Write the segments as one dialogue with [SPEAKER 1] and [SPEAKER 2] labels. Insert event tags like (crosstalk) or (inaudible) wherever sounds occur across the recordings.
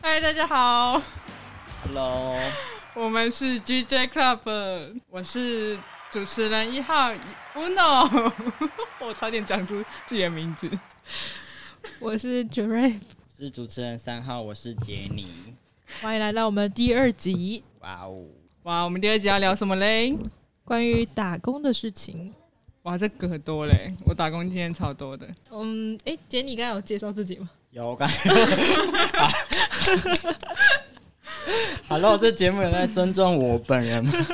[SPEAKER 1] 嗨，大家好，
[SPEAKER 2] Hello，
[SPEAKER 1] 我们是 GJ Club，我是主持人一号 Uno，我 (laughs) 差点讲出自己的名字。
[SPEAKER 3] 我是 j e r e
[SPEAKER 2] 我是主持人三号，我是杰尼。
[SPEAKER 3] 欢迎来到我们第二集，
[SPEAKER 2] 哇哦，
[SPEAKER 1] 哇，我们第二集要聊什么嘞？
[SPEAKER 3] 关于打工的事情。
[SPEAKER 1] 哇，这可多嘞！我打工经验超多的。
[SPEAKER 3] 嗯，哎，姐，你刚才有介绍自己吗？
[SPEAKER 2] 有我刚 (laughs) Hello，这节目有在尊重我本
[SPEAKER 1] (laughs)
[SPEAKER 2] 人吗？
[SPEAKER 3] (laughs)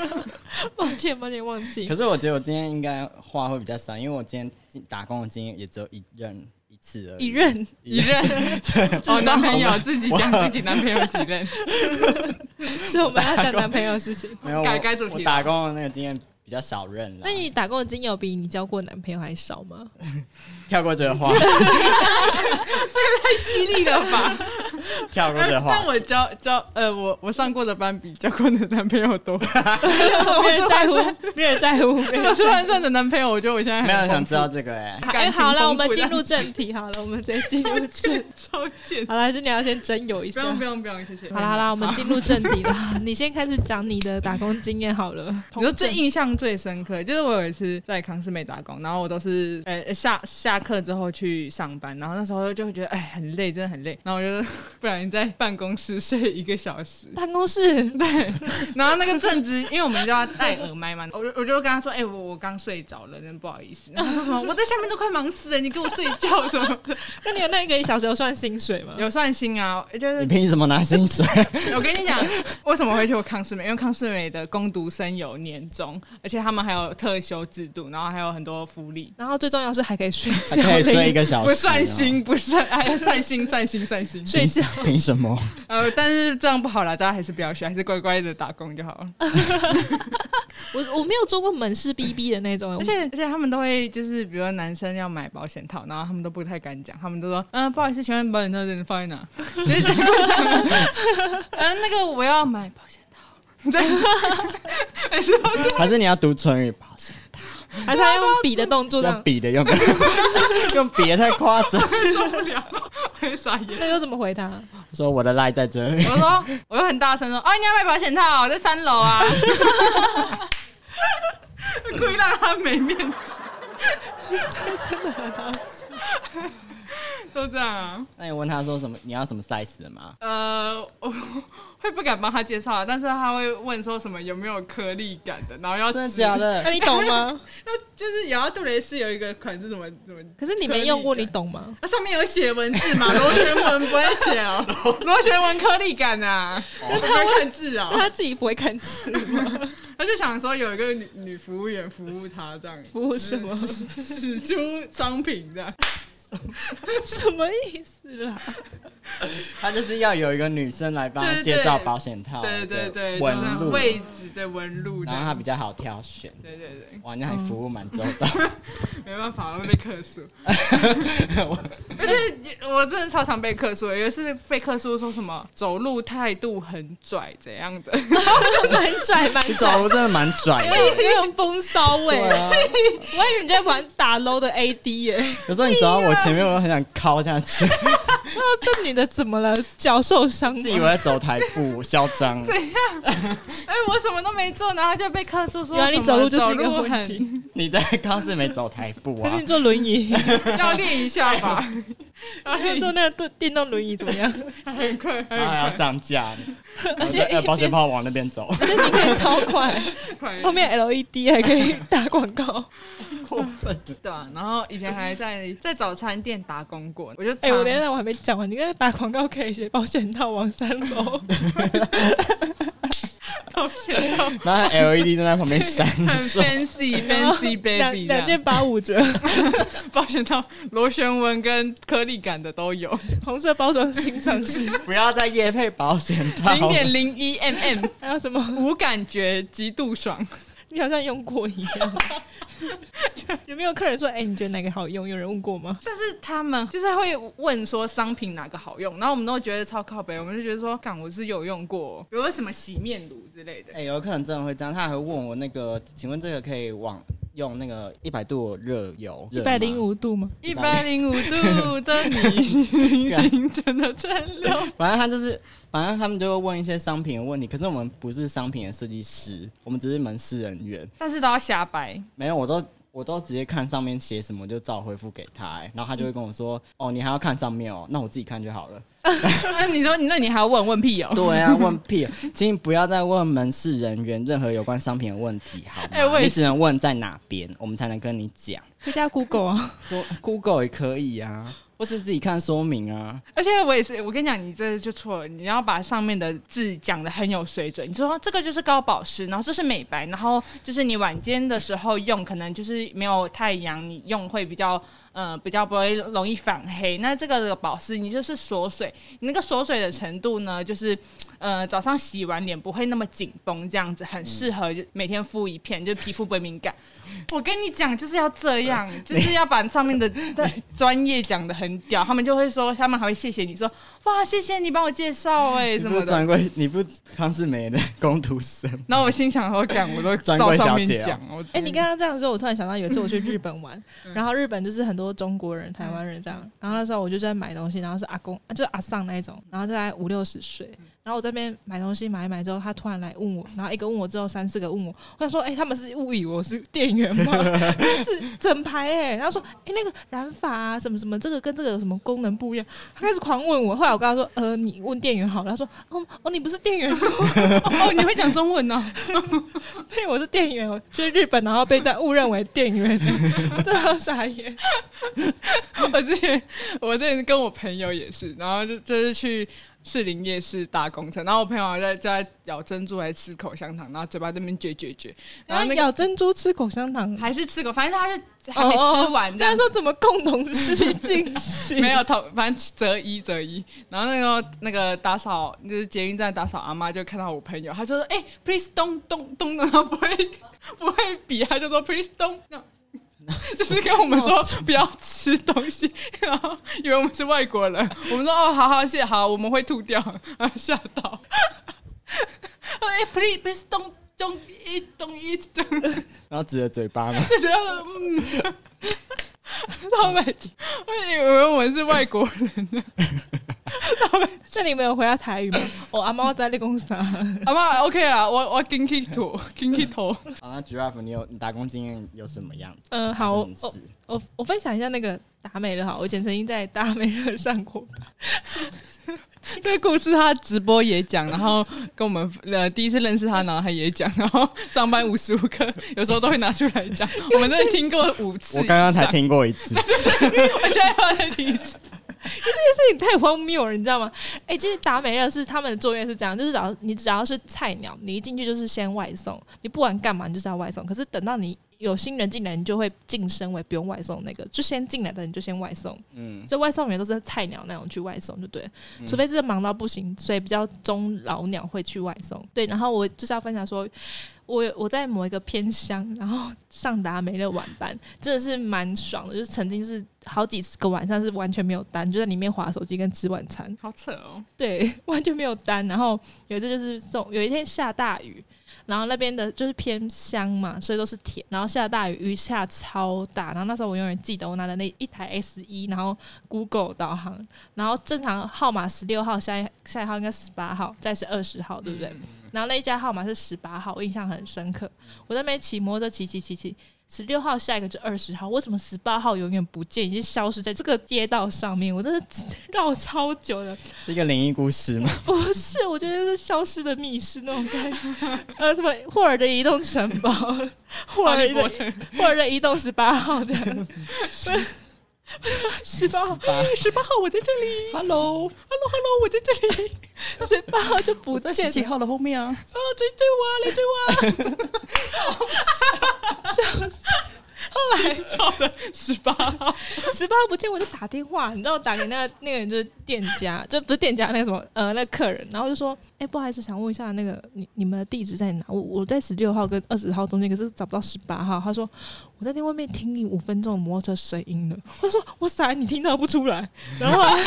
[SPEAKER 3] 抱歉，抱歉，忘记
[SPEAKER 2] 可。是我觉得我今天应该话会比较少，因为我今天打工的经验也只有一任一次而已。
[SPEAKER 3] 一任
[SPEAKER 1] 一任哦，男朋友自己讲自己男朋友几任，
[SPEAKER 3] 是我们要讲男朋友的事 (laughs) 情。
[SPEAKER 2] 没有
[SPEAKER 1] 改
[SPEAKER 2] 我
[SPEAKER 1] 改主题
[SPEAKER 2] 我打工的那个经验比较少任了
[SPEAKER 3] 那。你打工的经验有比你交过男朋友还少 (laughs) 吗？
[SPEAKER 2] 跳过这个
[SPEAKER 1] (laughs)
[SPEAKER 2] 话，
[SPEAKER 1] 犀利了吧？
[SPEAKER 2] 跳过这个
[SPEAKER 1] 但但
[SPEAKER 2] 话。
[SPEAKER 1] 我交交呃，我我上过的班比交过的男朋友多，
[SPEAKER 3] 没
[SPEAKER 1] 没
[SPEAKER 3] 人在乎，没人在乎，没
[SPEAKER 1] 我
[SPEAKER 3] 人
[SPEAKER 1] 是
[SPEAKER 3] 在
[SPEAKER 1] 换
[SPEAKER 3] 乎。
[SPEAKER 1] 算的男朋友，我觉得我现在很
[SPEAKER 2] 没有人想
[SPEAKER 1] 丰富
[SPEAKER 2] 知道这个哎、
[SPEAKER 3] 好哎，
[SPEAKER 1] 感情
[SPEAKER 3] 好了，我
[SPEAKER 1] 丰
[SPEAKER 3] 们
[SPEAKER 1] 富
[SPEAKER 3] 进入
[SPEAKER 1] 的
[SPEAKER 3] 正题。好了，我们直接进入正。
[SPEAKER 1] 超贱。
[SPEAKER 3] (laughs) 好了，还是你要先征友一
[SPEAKER 1] 不
[SPEAKER 3] 下。
[SPEAKER 1] 用不用不用，谢嗯谢。
[SPEAKER 3] 好啦好啦，我们进入正题了。你先开始讲你的打工经验好了。
[SPEAKER 1] 你说最印象最深刻，就是我有一次在康斯美打工，然后我都是呃下下课之后去上班，然后那时候就会觉得哎很累，真的很累，然后我就 (laughs) 不然在办公室睡一个小
[SPEAKER 3] (laughs)
[SPEAKER 1] 时，
[SPEAKER 3] 办公室
[SPEAKER 1] 然后那个正值，因为我们就要戴耳麦嘛，我就我就跟他说，哎、我我刚睡着了，真的不好意思。然后他说什么我在下面都快忙死了，你给我睡觉什么
[SPEAKER 3] (laughs)
[SPEAKER 1] 的，
[SPEAKER 3] 那你有那一个小时有算薪水吗？
[SPEAKER 1] 有算心啊，就
[SPEAKER 2] 你
[SPEAKER 1] 是
[SPEAKER 2] 凭什么拿
[SPEAKER 1] (laughs)
[SPEAKER 2] 薪水？
[SPEAKER 1] 我跟你讲，为什么会去我康斯美？因为康斯美的工读生有年终，而且他们还有特休制度，然后还有很多福利。
[SPEAKER 3] 然后最重要是还可以 (laughs) 睡
[SPEAKER 2] 还
[SPEAKER 3] 觉，
[SPEAKER 2] 可以睡一个小时、
[SPEAKER 1] 不算，薪，不算， (laughs) 哎，算薪，算薪，算薪。
[SPEAKER 3] 睡觉。
[SPEAKER 2] 凭
[SPEAKER 1] (laughs)
[SPEAKER 2] 什么？
[SPEAKER 1] 呃，但是这样不好啦，大家还是不要学，还是乖乖的打工就好了。
[SPEAKER 3] 我我没有做过门市 BB 的那种， (laughs)
[SPEAKER 1] 而且而且他们都会就是，比如说男生要买保险套，然后他们都不太敢讲，他们都说，嗯、不好意思，请问保险套人放在哪？ (laughs) 直接讲过讲了，嗯、那个我要买保险套，这样，还是要
[SPEAKER 2] 还是你要读唇语保险？
[SPEAKER 3] 还是要用笔的动
[SPEAKER 1] (laughs)
[SPEAKER 3] 作这
[SPEAKER 2] 用
[SPEAKER 3] 样。
[SPEAKER 2] 笔的用 (laughs) 用笔的太夸
[SPEAKER 1] (laughs)
[SPEAKER 2] 张。
[SPEAKER 1] 受不了，我会傻眼。
[SPEAKER 3] 那又怎么回答？
[SPEAKER 2] 说我的赖在这里，
[SPEAKER 1] 我说，我又很大声说，哦，你要买保险套，我在三楼啊，故意让他没面子，
[SPEAKER 3] 真的很好笑。
[SPEAKER 1] 都这样啊。
[SPEAKER 2] (laughs) 那你问他说什么？你要什么 size 的吗？
[SPEAKER 1] 呃，我会不敢帮他介绍啊，但是他会问说什么有没有颗粒感的，然后要
[SPEAKER 2] (laughs) 真的
[SPEAKER 1] 指
[SPEAKER 2] 假
[SPEAKER 3] (laughs) 那
[SPEAKER 2] 的？
[SPEAKER 3] 你懂吗？
[SPEAKER 1] (laughs) 那就是有啊，杜蕾斯有一个款式怎么怎么，
[SPEAKER 3] 可是你没用过，你懂吗？
[SPEAKER 1] 它上面有写文字嘛？ (laughs) 螺旋纹不会写哦，螺旋纹颗粒感啊，他会看字啊、
[SPEAKER 3] 他自己不会看字吗？
[SPEAKER 1] 他就想说有一个女女服务员服务他这样，
[SPEAKER 3] 服务什么
[SPEAKER 1] 就是使出商品这样，
[SPEAKER 3] 什么意思啦？
[SPEAKER 2] (laughs) 他就是要有一个女生来帮他
[SPEAKER 1] 对对
[SPEAKER 2] 介绍保险套
[SPEAKER 1] 对
[SPEAKER 2] 的
[SPEAKER 1] 对对，
[SPEAKER 2] 纹
[SPEAKER 1] 就是
[SPEAKER 2] 路，
[SPEAKER 1] 位置的纹路这
[SPEAKER 2] 然后他
[SPEAKER 1] 样，
[SPEAKER 2] 比较好挑选。
[SPEAKER 1] 对对对，
[SPEAKER 2] 哇，那你服务蛮周
[SPEAKER 1] (laughs) 哎
[SPEAKER 2] 到。
[SPEAKER 1] 没办法，我会被克
[SPEAKER 2] (laughs)
[SPEAKER 1] 数。
[SPEAKER 2] 我
[SPEAKER 1] 而且我真的超常被客诉，有一次被客诉说什么走路态度很拽怎样的，
[SPEAKER 3] (laughs)
[SPEAKER 1] (laughs) 哎
[SPEAKER 3] 蛮拽，蛮
[SPEAKER 2] 你走
[SPEAKER 3] 拽。
[SPEAKER 2] 路真的蛮拽的。
[SPEAKER 3] 有有种风骚味，
[SPEAKER 2] 对
[SPEAKER 3] (laughs) 我
[SPEAKER 2] 啊，
[SPEAKER 3] 还以为你在玩打 low 的 AD 耶、
[SPEAKER 2] 有时候你走到我前面，我都很想靠下去，
[SPEAKER 3] 那哦这女的怎么了？脚受伤
[SPEAKER 2] (laughs)
[SPEAKER 3] 吗
[SPEAKER 2] 自？以为在走台步，嚣张。
[SPEAKER 1] 哎、我什么都没做，然后就被客诉说
[SPEAKER 3] 原来
[SPEAKER 1] 什
[SPEAKER 3] 你
[SPEAKER 1] 么
[SPEAKER 3] 走
[SPEAKER 1] 走
[SPEAKER 3] 路就是一个
[SPEAKER 1] 路
[SPEAKER 3] 问
[SPEAKER 1] 很，
[SPEAKER 3] 题，
[SPEAKER 2] 你在康斯美走台步
[SPEAKER 3] 可
[SPEAKER 2] 啊
[SPEAKER 1] (laughs)
[SPEAKER 3] 是你？坐轮 (laughs) 椅，
[SPEAKER 1] 要练一下
[SPEAKER 3] (laughs)
[SPEAKER 1] 吧，要练一下
[SPEAKER 3] 坐那个电电动轮椅怎么样？
[SPEAKER 1] 很快
[SPEAKER 2] 然后还要
[SPEAKER 1] 很
[SPEAKER 2] 上架，
[SPEAKER 3] (laughs)
[SPEAKER 1] (laughs)
[SPEAKER 3] 而且
[SPEAKER 2] 我在呃保险炮往那边走，
[SPEAKER 3] 但是你可以超快， (laughs)
[SPEAKER 1] 快，
[SPEAKER 3] 后面 LED 还可以打广
[SPEAKER 1] (laughs)
[SPEAKER 3] 告。
[SPEAKER 2] 过分。
[SPEAKER 1] 对啊，然后以前还在在早餐店打工过，我就
[SPEAKER 3] 哎、
[SPEAKER 1] 常
[SPEAKER 3] 我连那我还没讲完，你那个打广告可以写保险套往三楼，
[SPEAKER 1] 保险
[SPEAKER 3] (laughs)
[SPEAKER 1] 套
[SPEAKER 2] (laughs) 然后 LED 正在旁
[SPEAKER 1] (laughs)
[SPEAKER 2] 边闪
[SPEAKER 1] 很
[SPEAKER 2] 烁，
[SPEAKER 1] fancy
[SPEAKER 3] 然后
[SPEAKER 1] (laughs) fancy
[SPEAKER 3] 两
[SPEAKER 1] baby
[SPEAKER 3] 两
[SPEAKER 1] 这样
[SPEAKER 3] 件八五折，
[SPEAKER 1] (laughs) 保险套螺旋纹跟颗粒感的都有，
[SPEAKER 3] 红色包装新上市，
[SPEAKER 2] 不要再夜配保险套。
[SPEAKER 1] 零
[SPEAKER 2] (laughs)
[SPEAKER 1] 点零一 mm
[SPEAKER 3] 还有
[SPEAKER 1] (laughs)
[SPEAKER 3] 什么？
[SPEAKER 1] 无感觉极度爽。
[SPEAKER 3] 你好像用过一样。
[SPEAKER 1] (laughs)
[SPEAKER 3] 有没有客人说，哎、你觉得哪个好用？有人问过吗？
[SPEAKER 1] 但是他们就是会问说商品哪个好用，然后我们都觉得超靠北，我们就觉得说，干我是有用过，哦比如说什么洗面乳之类的
[SPEAKER 2] 哎哎、。有可能真的会这样，他还会问我那个，请问这个可以往用那个一百度热油，
[SPEAKER 3] 一百零
[SPEAKER 2] 五，
[SPEAKER 3] 五度吗？
[SPEAKER 1] 一百零五度的你，心真的真溜。
[SPEAKER 2] 反正他就是，反正他们就会问一些商品的问题。可是我们不是商品的设计师，我们只是门市人员。
[SPEAKER 1] 但是都要瞎掰，
[SPEAKER 2] 没有，我都我都直接看上面写什么就照回复给他、欸然后他就会跟我说：“哦，你还要看上面哦，那我自己看就好了。
[SPEAKER 1] (laughs) 那你说你那你还要问问屁哦”？
[SPEAKER 2] 对啊，问屁，请你不要再问门市人员任何有关商品的问题，好吗？
[SPEAKER 1] 哎我也
[SPEAKER 2] 你
[SPEAKER 1] 是
[SPEAKER 2] 只能问在哪边，我们才能跟你讲。
[SPEAKER 3] 再加 Google 啊，
[SPEAKER 2] 多 Google 也可以啊，或是自己看说明啊。
[SPEAKER 1] 而且我也是，我跟你讲，你这就错了。你要把上面的字讲的很有水准。你说这个就是高保湿，然后这是美白，然后就是你晚间的时候用，可能就是没有太阳，你用会比较呃比较不会容易反黑。那这个的保湿，你就是锁水，你那个锁水的程度呢，就是呃早上洗完脸不会那么紧绷，这样子很适合就每天敷一片，就皮肤不会敏感。 (laughs) 我跟你讲，就是要这样，就是要把上面的的专业讲的很屌，他们就会说，他们还会谢谢你说，哇，谢谢你帮我介绍哎、
[SPEAKER 2] 你
[SPEAKER 1] 什
[SPEAKER 2] 不
[SPEAKER 1] 么
[SPEAKER 2] 是
[SPEAKER 1] 的。
[SPEAKER 2] 专柜， (laughs) 你不是康世美的工读生 (laughs) 吗？
[SPEAKER 1] 然后我心想说，干我都
[SPEAKER 2] (laughs) 专
[SPEAKER 1] 照
[SPEAKER 2] 柜
[SPEAKER 1] 上
[SPEAKER 2] 小
[SPEAKER 1] 面
[SPEAKER 2] 姐啊
[SPEAKER 1] 讲，我
[SPEAKER 3] 哎、你刚刚这样说，我突然想到有一次我去日本玩，然后日本就是很多中国人、台湾人这样，然后那时候我就在买东西，然后是阿公，啊就是阿桑那一种，然后就在五六十岁，然后我这边买东西买一买之后，他突然来问我，然后一个问我之后，三四个问我，我想说，哎、他们是误以为我是店员吗？是整排哎、然后说，哎、那个染发啊，什么什么，这个跟这个有什么功能不一样？他开始狂问我，后来我跟他说，呃，你问店员好了，他说，哦哦，你不是店员，
[SPEAKER 1] 哦，你会讲中文呢、
[SPEAKER 3] 被我是店员，我去日本然后被他误认为店员， (laughs) 对啊，傻眼。
[SPEAKER 1] (laughs) 我之前我之前跟我朋友也是，然后就就是去士林夜市搭公车，然后我朋友还在就在咬珍珠，还吃口香糖，然后嘴巴这边撅撅撅， (laughs) 然
[SPEAKER 3] 然
[SPEAKER 1] 后
[SPEAKER 3] 后
[SPEAKER 1] 那个哦
[SPEAKER 3] 咬珍珠吃口香糖，
[SPEAKER 1] 还是吃过，反正他是还没吃完这样
[SPEAKER 3] 他
[SPEAKER 1] 子
[SPEAKER 3] 说怎么共同事进
[SPEAKER 1] (laughs)
[SPEAKER 3] 行？
[SPEAKER 1] 没有同，反正择一择一。然后那个那个打扫就是捷运站打扫阿妈就看到我朋友，她就说：“哎、p l e a s e don't don't don't。”然后不会 (laughs) 不会比，她就说：“Please don't。”就是跟我们说不要吃东西，然后以为我们是外国人，我们说哦，好好谢好，我们会吐掉， (laughs) 啊吓到。 (laughs) 她说哎、p l e a s e please don't don't eat don't eat，这样
[SPEAKER 2] 然后指着嘴巴嘛。
[SPEAKER 1] 然后嗯， (laughs) 他们我以为我们是外国人。
[SPEAKER 3] 那你没有回到台语吗？我阿猫在立功啥？
[SPEAKER 1] 阿妈 OK 啊，我我跟去 (laughs) 头，跟去头。
[SPEAKER 2] (laughs) 好，那 Giraffe，你有你打工经验有什么样子？
[SPEAKER 3] 嗯，好，我
[SPEAKER 2] 发生什
[SPEAKER 3] 我
[SPEAKER 2] 么事
[SPEAKER 3] 我我分享一下那个达美乐好，我以前曾经在达美乐上过班，
[SPEAKER 1] 这个故事他直播也讲，然后跟我们呃第一次认识他，然后他也讲，然后上班无时无刻 (laughs) 有时候都会拿出来
[SPEAKER 2] (laughs)
[SPEAKER 1] 讲。我们真的听过五次，
[SPEAKER 2] 我刚刚才，听过一次，
[SPEAKER 1] (laughs) 我现在又要再听一次。
[SPEAKER 3] 这也太荒谬了，你知道吗？哎、其实达美乐是他们的作业是这样，就是只要你只要是菜鸟，你一进去就是先外送，你不管干嘛你就是要外送。可是等到你有新人进来，你就会晋升为不用外送那个，就先进来的你就先外送。
[SPEAKER 2] 嗯，
[SPEAKER 3] 所以外送员都是菜鸟那种去外送，就对了，除非是忙到不行，所以比较中老鸟会去外送。对，然后我就是要分享说，我有我在某一个偏乡，然后上达美乐晚班，真的是蛮爽的。就是曾经是好几个晚上是完全没有单，就在里面划手机跟吃晚餐，
[SPEAKER 1] 好扯哦，
[SPEAKER 3] 对， (laughs) 完全没有单。然后有一次就是送，有一天下大雨。然后那边的就是偏乡嘛，所以都是田。然后下大雨，雨下超大。然后那时候我永远记得，我拿的那一台 S 一，然后 Google 导航，然后正常号码十六号，下一下一号应该十八号，再是二十号，对不对？然后那一家号码是十八号，我印象很深刻。我在那边骑摩托车骑骑骑骑，十六号下一个就二十号，为什么十八号永远不见，已经消失在这个街道上面？我真的 (laughs) 绕超久了。
[SPEAKER 2] (laughs) 是一个灵异故事
[SPEAKER 3] (laughs)
[SPEAKER 2] 吗？
[SPEAKER 3] 不是，我觉得是消失的密室那种感觉，呃，什么霍尔的移动城堡，霍
[SPEAKER 1] 哈
[SPEAKER 3] 尔
[SPEAKER 1] 利波
[SPEAKER 3] 的
[SPEAKER 1] 特
[SPEAKER 3] 霍尔的移动十八号的，十八号
[SPEAKER 1] 十八号我在这里，Hello Hello，我在这里
[SPEAKER 3] 十八号就不
[SPEAKER 2] 在
[SPEAKER 3] 见
[SPEAKER 2] 十七
[SPEAKER 3] 了
[SPEAKER 2] 号的后面啊。 (laughs)
[SPEAKER 1] 啊，追追我，来追我。后来照的十八号， (laughs)
[SPEAKER 3] (laughs) 十八不见，我就打电话，你知道我打给那个那个人就是店家，就不是店家那个什么呃那个客人，然后就说，哎、不好意思，想问一下那个你你们的地址在哪？我我在十六号跟二十号中间，可是找不到十八号。他说我在那外面听你五分钟的摩托车声音了。我说我傻，你听到不出来。然后后来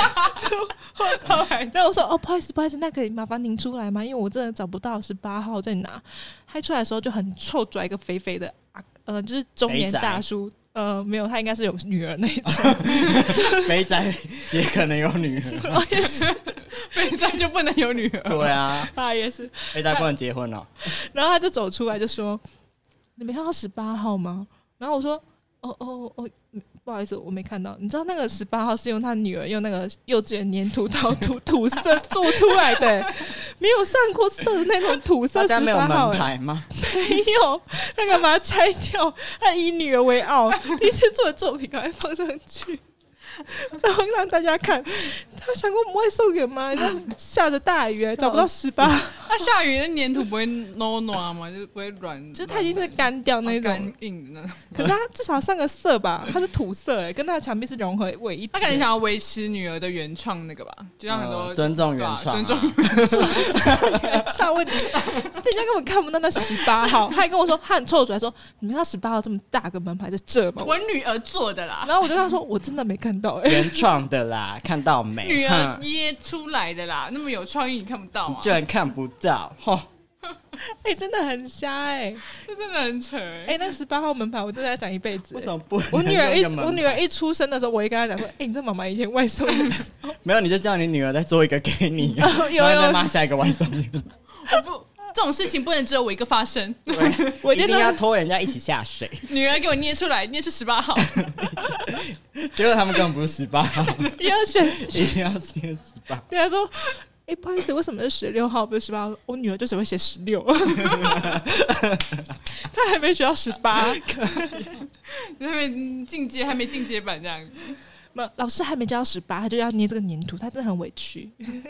[SPEAKER 3] (laughs)
[SPEAKER 1] 后来
[SPEAKER 3] 然后我说哦，不好意思，不好意思，那可以麻烦您出来吗？因为我真的找不到十八号在哪。他一出来的时候就很臭拽一个肥肥的阿。呃，就是中年
[SPEAKER 2] 肥宅
[SPEAKER 3] 大叔，呃，没有，他应该是有女儿那一种，
[SPEAKER 2] 肥仔也可能有女
[SPEAKER 3] (laughs)
[SPEAKER 2] 儿，
[SPEAKER 3] 哦也是，
[SPEAKER 1] 肥仔就不能有女
[SPEAKER 3] (laughs)
[SPEAKER 1] 儿。
[SPEAKER 2] 对啊，
[SPEAKER 3] 他也是。
[SPEAKER 2] 肥仔不能结婚哦了，
[SPEAKER 3] 然后他就走出来就说：“你没看到十八号吗？”然后我说：“哦哦哦，嗯不好意思，我没看到。你知道那个十八号是用他女儿用那个幼稚园粘土刀涂涂色 (laughs) 做出来的、没有上过色的那种土色
[SPEAKER 2] 大
[SPEAKER 3] 十
[SPEAKER 2] 家没有
[SPEAKER 3] 八号、
[SPEAKER 2] 门
[SPEAKER 3] 欸，
[SPEAKER 2] 牌吗？
[SPEAKER 3] 没有，他干嘛拆掉？他以女儿为傲，第一次做的作品赶快放上去。”然后让大家看，他想过我们外送员吗？然后下着大雨、欸，找不到十八
[SPEAKER 1] 那啊下雨那粘土不会 no no 吗？就是不会软，
[SPEAKER 3] 就是它已经是干掉那种，
[SPEAKER 1] 干硬的那种。
[SPEAKER 3] 可是它至少上个色吧，它是土色哎、跟它的墙壁是融合为一体。
[SPEAKER 1] 他可能想要维持女儿的原创那个吧，就像很多
[SPEAKER 2] 呃尊重原
[SPEAKER 1] 对啊
[SPEAKER 2] 创啊，
[SPEAKER 1] 尊重 (laughs)
[SPEAKER 3] (laughs) 差问题，人家根本看不到那十
[SPEAKER 2] (laughs)
[SPEAKER 3] 八号，他还跟我说他很臭嘴，还说你们看十八号这么大个门牌在这吗？ (laughs)
[SPEAKER 1] 我女儿做的啦，
[SPEAKER 3] 然后我就跟他说我真的没看到
[SPEAKER 2] (laughs)
[SPEAKER 3] 哎、
[SPEAKER 2] 原创的啦，看到没？
[SPEAKER 1] 女儿
[SPEAKER 2] 哼
[SPEAKER 1] 捏出来的啦，那么有创意，你看不到啊
[SPEAKER 2] 你
[SPEAKER 1] 吗？
[SPEAKER 2] 居然看不到，吼！
[SPEAKER 3] 哎、真的很瞎
[SPEAKER 2] 欸
[SPEAKER 3] 哎、
[SPEAKER 1] 这真的很扯欸
[SPEAKER 3] (laughs) 哎、那十八号门牌我真的要讲一辈子、
[SPEAKER 2] 为
[SPEAKER 3] 哎
[SPEAKER 2] 什么不能
[SPEAKER 3] 我女儿一
[SPEAKER 2] 用个门牌
[SPEAKER 3] 我女儿一出生的时候，我也跟她讲说：“哎、你这妈妈以前外送员
[SPEAKER 2] (laughs) 没有，你就叫你女儿再做一个给你，
[SPEAKER 3] (laughs) 哦
[SPEAKER 2] 然后
[SPEAKER 3] 有有
[SPEAKER 2] 再骂下一个外送员，
[SPEAKER 1] 我不，这种事情不能只有我一个发生。
[SPEAKER 3] (laughs) 我
[SPEAKER 2] 一
[SPEAKER 3] 觉
[SPEAKER 2] 定要
[SPEAKER 3] 得
[SPEAKER 2] 拖人家一起下
[SPEAKER 3] (laughs)
[SPEAKER 2] 水。
[SPEAKER 1] (laughs) 女儿给我捏出来，捏出十八号， (laughs)
[SPEAKER 2] 结果他们根本不是十八，
[SPEAKER 3] 也要选
[SPEAKER 2] (laughs) 一定要先十八。
[SPEAKER 3] 对他说：“哎、不好意思，为什么是十六号不是十八？”我女儿就只会写十六， (laughs) 她还没学到十八，
[SPEAKER 1] 还没进阶，还没进阶版这样。
[SPEAKER 3] 没有老师还没教到十八，她就要捏这个粘土，她真的很委屈。
[SPEAKER 1] 嗯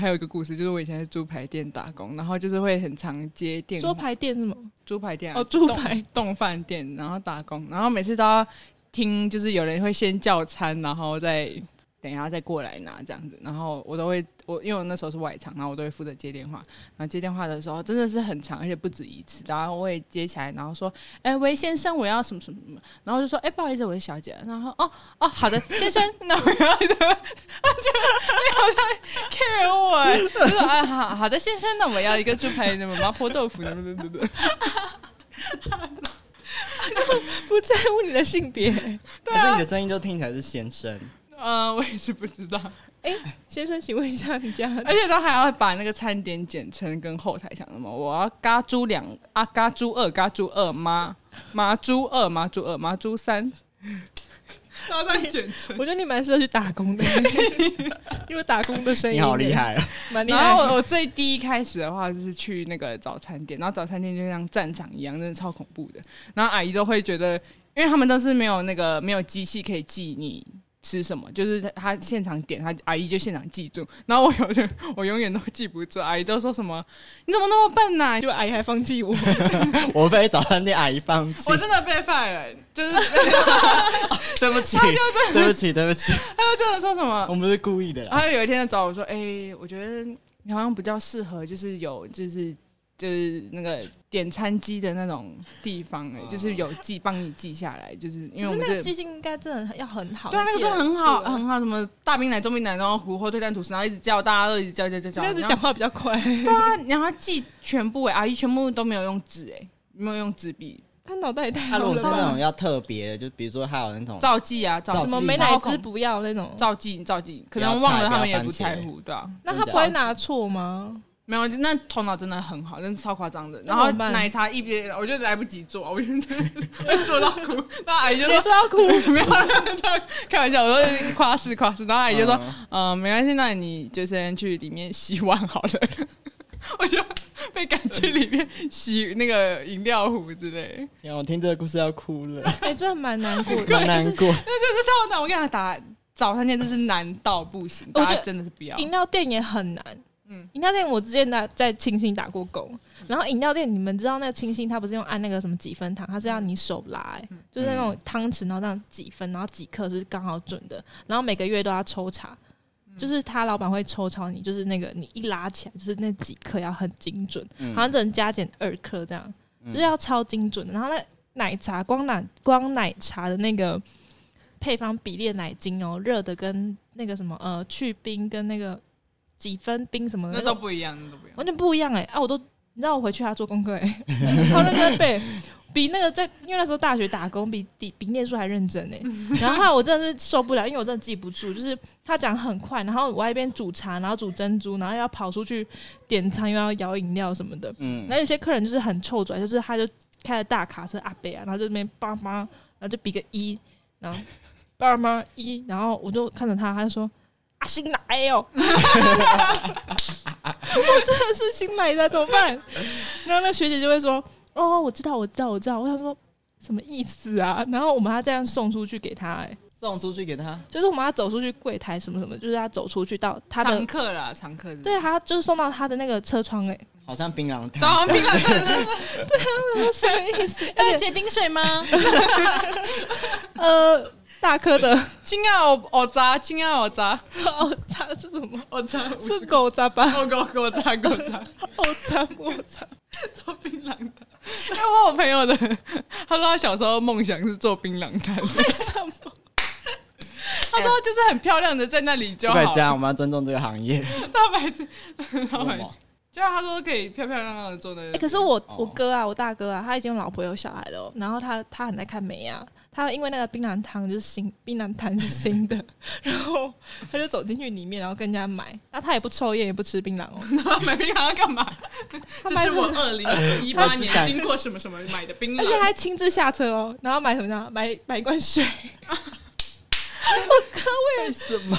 [SPEAKER 1] 还有一个故事，就是我以前在猪排店打工，然后就是会很常接电话
[SPEAKER 3] 桌牌店是吗？
[SPEAKER 1] 猪排店啊、
[SPEAKER 3] 哦，猪牌
[SPEAKER 1] 冻饭店，然后打工，然后每次都要听，就是有人会先叫餐，然后再等一下再过来拿这样子，然后我都会我因为我那时候是外场，然后我都会负责接电话，然后接电话的时候真的是很长，而且不止一次，然后我也接起来，然后说，哎、喂先生，我要什么什么什么，然后就说，哎、不好意思，我是小姐，然后哦哦好的先生，那我要的，我觉得你好像 care 我欸， (laughs) 就 (laughs) 说啊好好的先生，那我要一个猪排什么麻婆豆腐，等等等等。
[SPEAKER 3] 不在乎你的性别。啊
[SPEAKER 2] 可是你的声音就听起来是先生，
[SPEAKER 1] 呃，我也是不知道，
[SPEAKER 3] 哎、先生，请问一下，你家
[SPEAKER 1] 而且他还要把那个餐点简称跟后台讲什么，我要嘎猪两啊，嘎猪二，嘎猪二妈，麻猪二，麻猪二，麻猪三，然后再简称。
[SPEAKER 3] 我觉得你蛮适合去打工的，
[SPEAKER 1] (laughs)
[SPEAKER 3] 因为打工的声音
[SPEAKER 2] 你好厉，害啊！
[SPEAKER 3] 蛮厉
[SPEAKER 1] 然后
[SPEAKER 3] 害。
[SPEAKER 1] 我我最第一开始的话就是去那个早餐店，然后早餐店就像战场一样，真的超恐怖的。然后阿姨都会觉得，因为他们都是没有那个没有机器可以记你吃什么，就是他现场点，他阿姨就现场记住。然后我有的 (laughs) 我永远都记不住，阿姨都说什么你怎么那么笨呐、
[SPEAKER 3] 结果阿姨还放弃我，
[SPEAKER 2] (laughs) 我被早餐店阿姨放弃
[SPEAKER 1] 我，真的被 fire，了就是
[SPEAKER 2] (laughs) 对不起， (laughs) 对不起，对不起，
[SPEAKER 1] 他又真的说什么
[SPEAKER 2] 我，们是故意的啦。
[SPEAKER 1] 他有一天就找我说：“哎、我觉得你好像比较适合，就是有就是就是那个点餐机的那种地方、哎，就是有记帮你记下来，就是因为我
[SPEAKER 3] 可
[SPEAKER 1] 们
[SPEAKER 3] 是那
[SPEAKER 1] 这
[SPEAKER 3] 个记性应该真的要很好。
[SPEAKER 1] 对啊，那个真的很好
[SPEAKER 3] 记得住啊
[SPEAKER 1] 很好，什么大冰奶、中冰奶，然后糊后退蛋吐司，然后一直叫大家都一直叫叫叫叫，
[SPEAKER 3] 那样子
[SPEAKER 1] 然后
[SPEAKER 3] 讲话比较快。
[SPEAKER 1] 对啊，然后记全部哎、阿姨全部都没有用纸哎、没有用纸笔，
[SPEAKER 3] 他脑袋也太
[SPEAKER 1] 啊
[SPEAKER 2] 他如
[SPEAKER 3] 好
[SPEAKER 2] 果
[SPEAKER 3] 了
[SPEAKER 2] 是
[SPEAKER 3] 吧？
[SPEAKER 2] 那种要特别的，就比如说还有那种
[SPEAKER 1] 照记啊，照
[SPEAKER 2] 照
[SPEAKER 1] 记
[SPEAKER 3] 什么
[SPEAKER 2] 哦记
[SPEAKER 3] 美乃
[SPEAKER 1] 超
[SPEAKER 3] 滋
[SPEAKER 1] 恐
[SPEAKER 3] 不要那种，
[SPEAKER 1] 照记照记，可
[SPEAKER 2] 不要
[SPEAKER 1] 能忘
[SPEAKER 2] 菜
[SPEAKER 1] 了
[SPEAKER 2] 不
[SPEAKER 1] 他
[SPEAKER 2] 要
[SPEAKER 1] 们也
[SPEAKER 2] 番
[SPEAKER 1] 不在
[SPEAKER 2] 茄
[SPEAKER 1] 乎，对啊。
[SPEAKER 3] 那他不会拿错吗？
[SPEAKER 1] 没有，就那头脑真的很好，真的超夸张的。
[SPEAKER 3] 那
[SPEAKER 1] 然
[SPEAKER 3] 怎么
[SPEAKER 1] 后
[SPEAKER 3] 办
[SPEAKER 1] 奶茶一边，我就来不及做， (laughs) 我就会做到哭。
[SPEAKER 3] (laughs)
[SPEAKER 1] 那阿姨就
[SPEAKER 3] 谁
[SPEAKER 1] 说 (laughs)
[SPEAKER 3] 知道哭？
[SPEAKER 1] 没有，开玩笑，我说夸饰夸饰。然后阿姨就说，嗯、没关系，那你就先去里面洗碗好了。 (laughs) 我就被赶去里面洗那个饮料壶之类，
[SPEAKER 2] 天啊我听这个故事要哭了，
[SPEAKER 3] (laughs) 哎、真的蛮难过
[SPEAKER 2] 好
[SPEAKER 3] 的。
[SPEAKER 2] 难过。
[SPEAKER 1] 那真的超难。我跟你讲，打早餐店真是难到不行，
[SPEAKER 3] 我觉
[SPEAKER 1] 大
[SPEAKER 3] 得
[SPEAKER 1] 家真的是不要。
[SPEAKER 3] 饮料店也很难。嗯
[SPEAKER 1] 嗯，
[SPEAKER 3] 饮料店我之前在在清新打过工，然后饮料店你们知道那个清新，它不是用按那个什么几分糖，它是要你手拉、哎，就是那种汤匙，然后这样几分，然后几克是刚好准的，然后每个月都要抽查，就是他老板会抽查你，就是那个你一拉起来，就是那几克要很精准，
[SPEAKER 2] 嗯
[SPEAKER 3] 好像只能加减二克这样，就是要超精准的。然后那奶茶光奶光奶茶的那个配方比例的奶精哦，热的跟那个什么呃去冰跟那个几分冰什么的
[SPEAKER 1] 那都不一样，那都不一样。
[SPEAKER 3] 欸啊 (laughs) 完全不一样哎、啊！我都你知道我回去还要做功课哎、超认真背。比那个在，因为那时候大学打工比比比念书还认真呢、然后后来我真的是受不了，因为我真的记不住，就是他讲很快，然后我还一边煮茶，然后煮珍珠，然后又要跑出去点餐，又要摇饮料什么的。
[SPEAKER 2] 嗯
[SPEAKER 3] 然，后有些客人就是很臭拽，就是他就开着大卡车阿北啊，然后就那边叭叭，然后就比个一，然后叭叭一，然后我就看着他，他就说阿新来哦， (laughs) 我真的是新来的，怎么办？然后那学姐就会说哦，我知道，我知道，我知道。我想说什么意思啊？然后我们要这样送出去给他、哎，
[SPEAKER 2] 送出去给他，
[SPEAKER 3] 就是我们要走出去柜台什么什么，就是他走出去到他的
[SPEAKER 1] 常。客啦，常客。
[SPEAKER 3] 对，，啊他就是送到他的那个车窗、哎，
[SPEAKER 2] 好像槟榔
[SPEAKER 1] 当然
[SPEAKER 2] 摊，
[SPEAKER 1] 槟榔
[SPEAKER 3] 我说什么意思？
[SPEAKER 1] 要结冰水吗？
[SPEAKER 3] 呃，大颗的，
[SPEAKER 1] 金啊，我我砸，金啊，我砸，
[SPEAKER 3] 哦，渣是什么？
[SPEAKER 1] 我砸，
[SPEAKER 3] 是狗渣吧？
[SPEAKER 1] 狗狗
[SPEAKER 3] 啊
[SPEAKER 1] 狗砸狗 (laughs) 砸，
[SPEAKER 3] 哦，渣我渣，
[SPEAKER 1] 做槟榔摊。哎，我有朋友的，他说他小时候梦想是做槟榔
[SPEAKER 3] (laughs)
[SPEAKER 1] 摊，
[SPEAKER 3] 为什么？
[SPEAKER 1] 他说就是很漂亮的在那里就
[SPEAKER 2] 不可以
[SPEAKER 1] 好
[SPEAKER 2] 这，样，我们要尊重这个行
[SPEAKER 3] (laughs)
[SPEAKER 2] 业。
[SPEAKER 1] 大白子，大白
[SPEAKER 2] 为什
[SPEAKER 1] 子
[SPEAKER 2] 么。
[SPEAKER 1] 就是他说可以漂漂亮亮的坐在那
[SPEAKER 3] 哎，
[SPEAKER 1] 边，
[SPEAKER 3] 可是我
[SPEAKER 2] 哦
[SPEAKER 3] 我哥啊，我大哥啊，他已经有老婆有小孩了哦，然后他他很爱看美啊，他因为那个槟榔汤就是新槟榔摊是新的，然后他就走进去里面，然后跟人家买，那他也不抽烟，也不吃槟榔哦，
[SPEAKER 1] (laughs) 他买槟榔要干嘛？
[SPEAKER 3] 他
[SPEAKER 1] 这
[SPEAKER 3] 买
[SPEAKER 1] 是
[SPEAKER 3] 什
[SPEAKER 1] 我
[SPEAKER 3] 么？
[SPEAKER 1] 二零一八
[SPEAKER 2] 我知
[SPEAKER 1] 年
[SPEAKER 2] 道
[SPEAKER 1] 经过什么什么买的槟榔，
[SPEAKER 3] 而且还亲自下车哦，然后买什么呢？买买一罐水，
[SPEAKER 2] 为什么？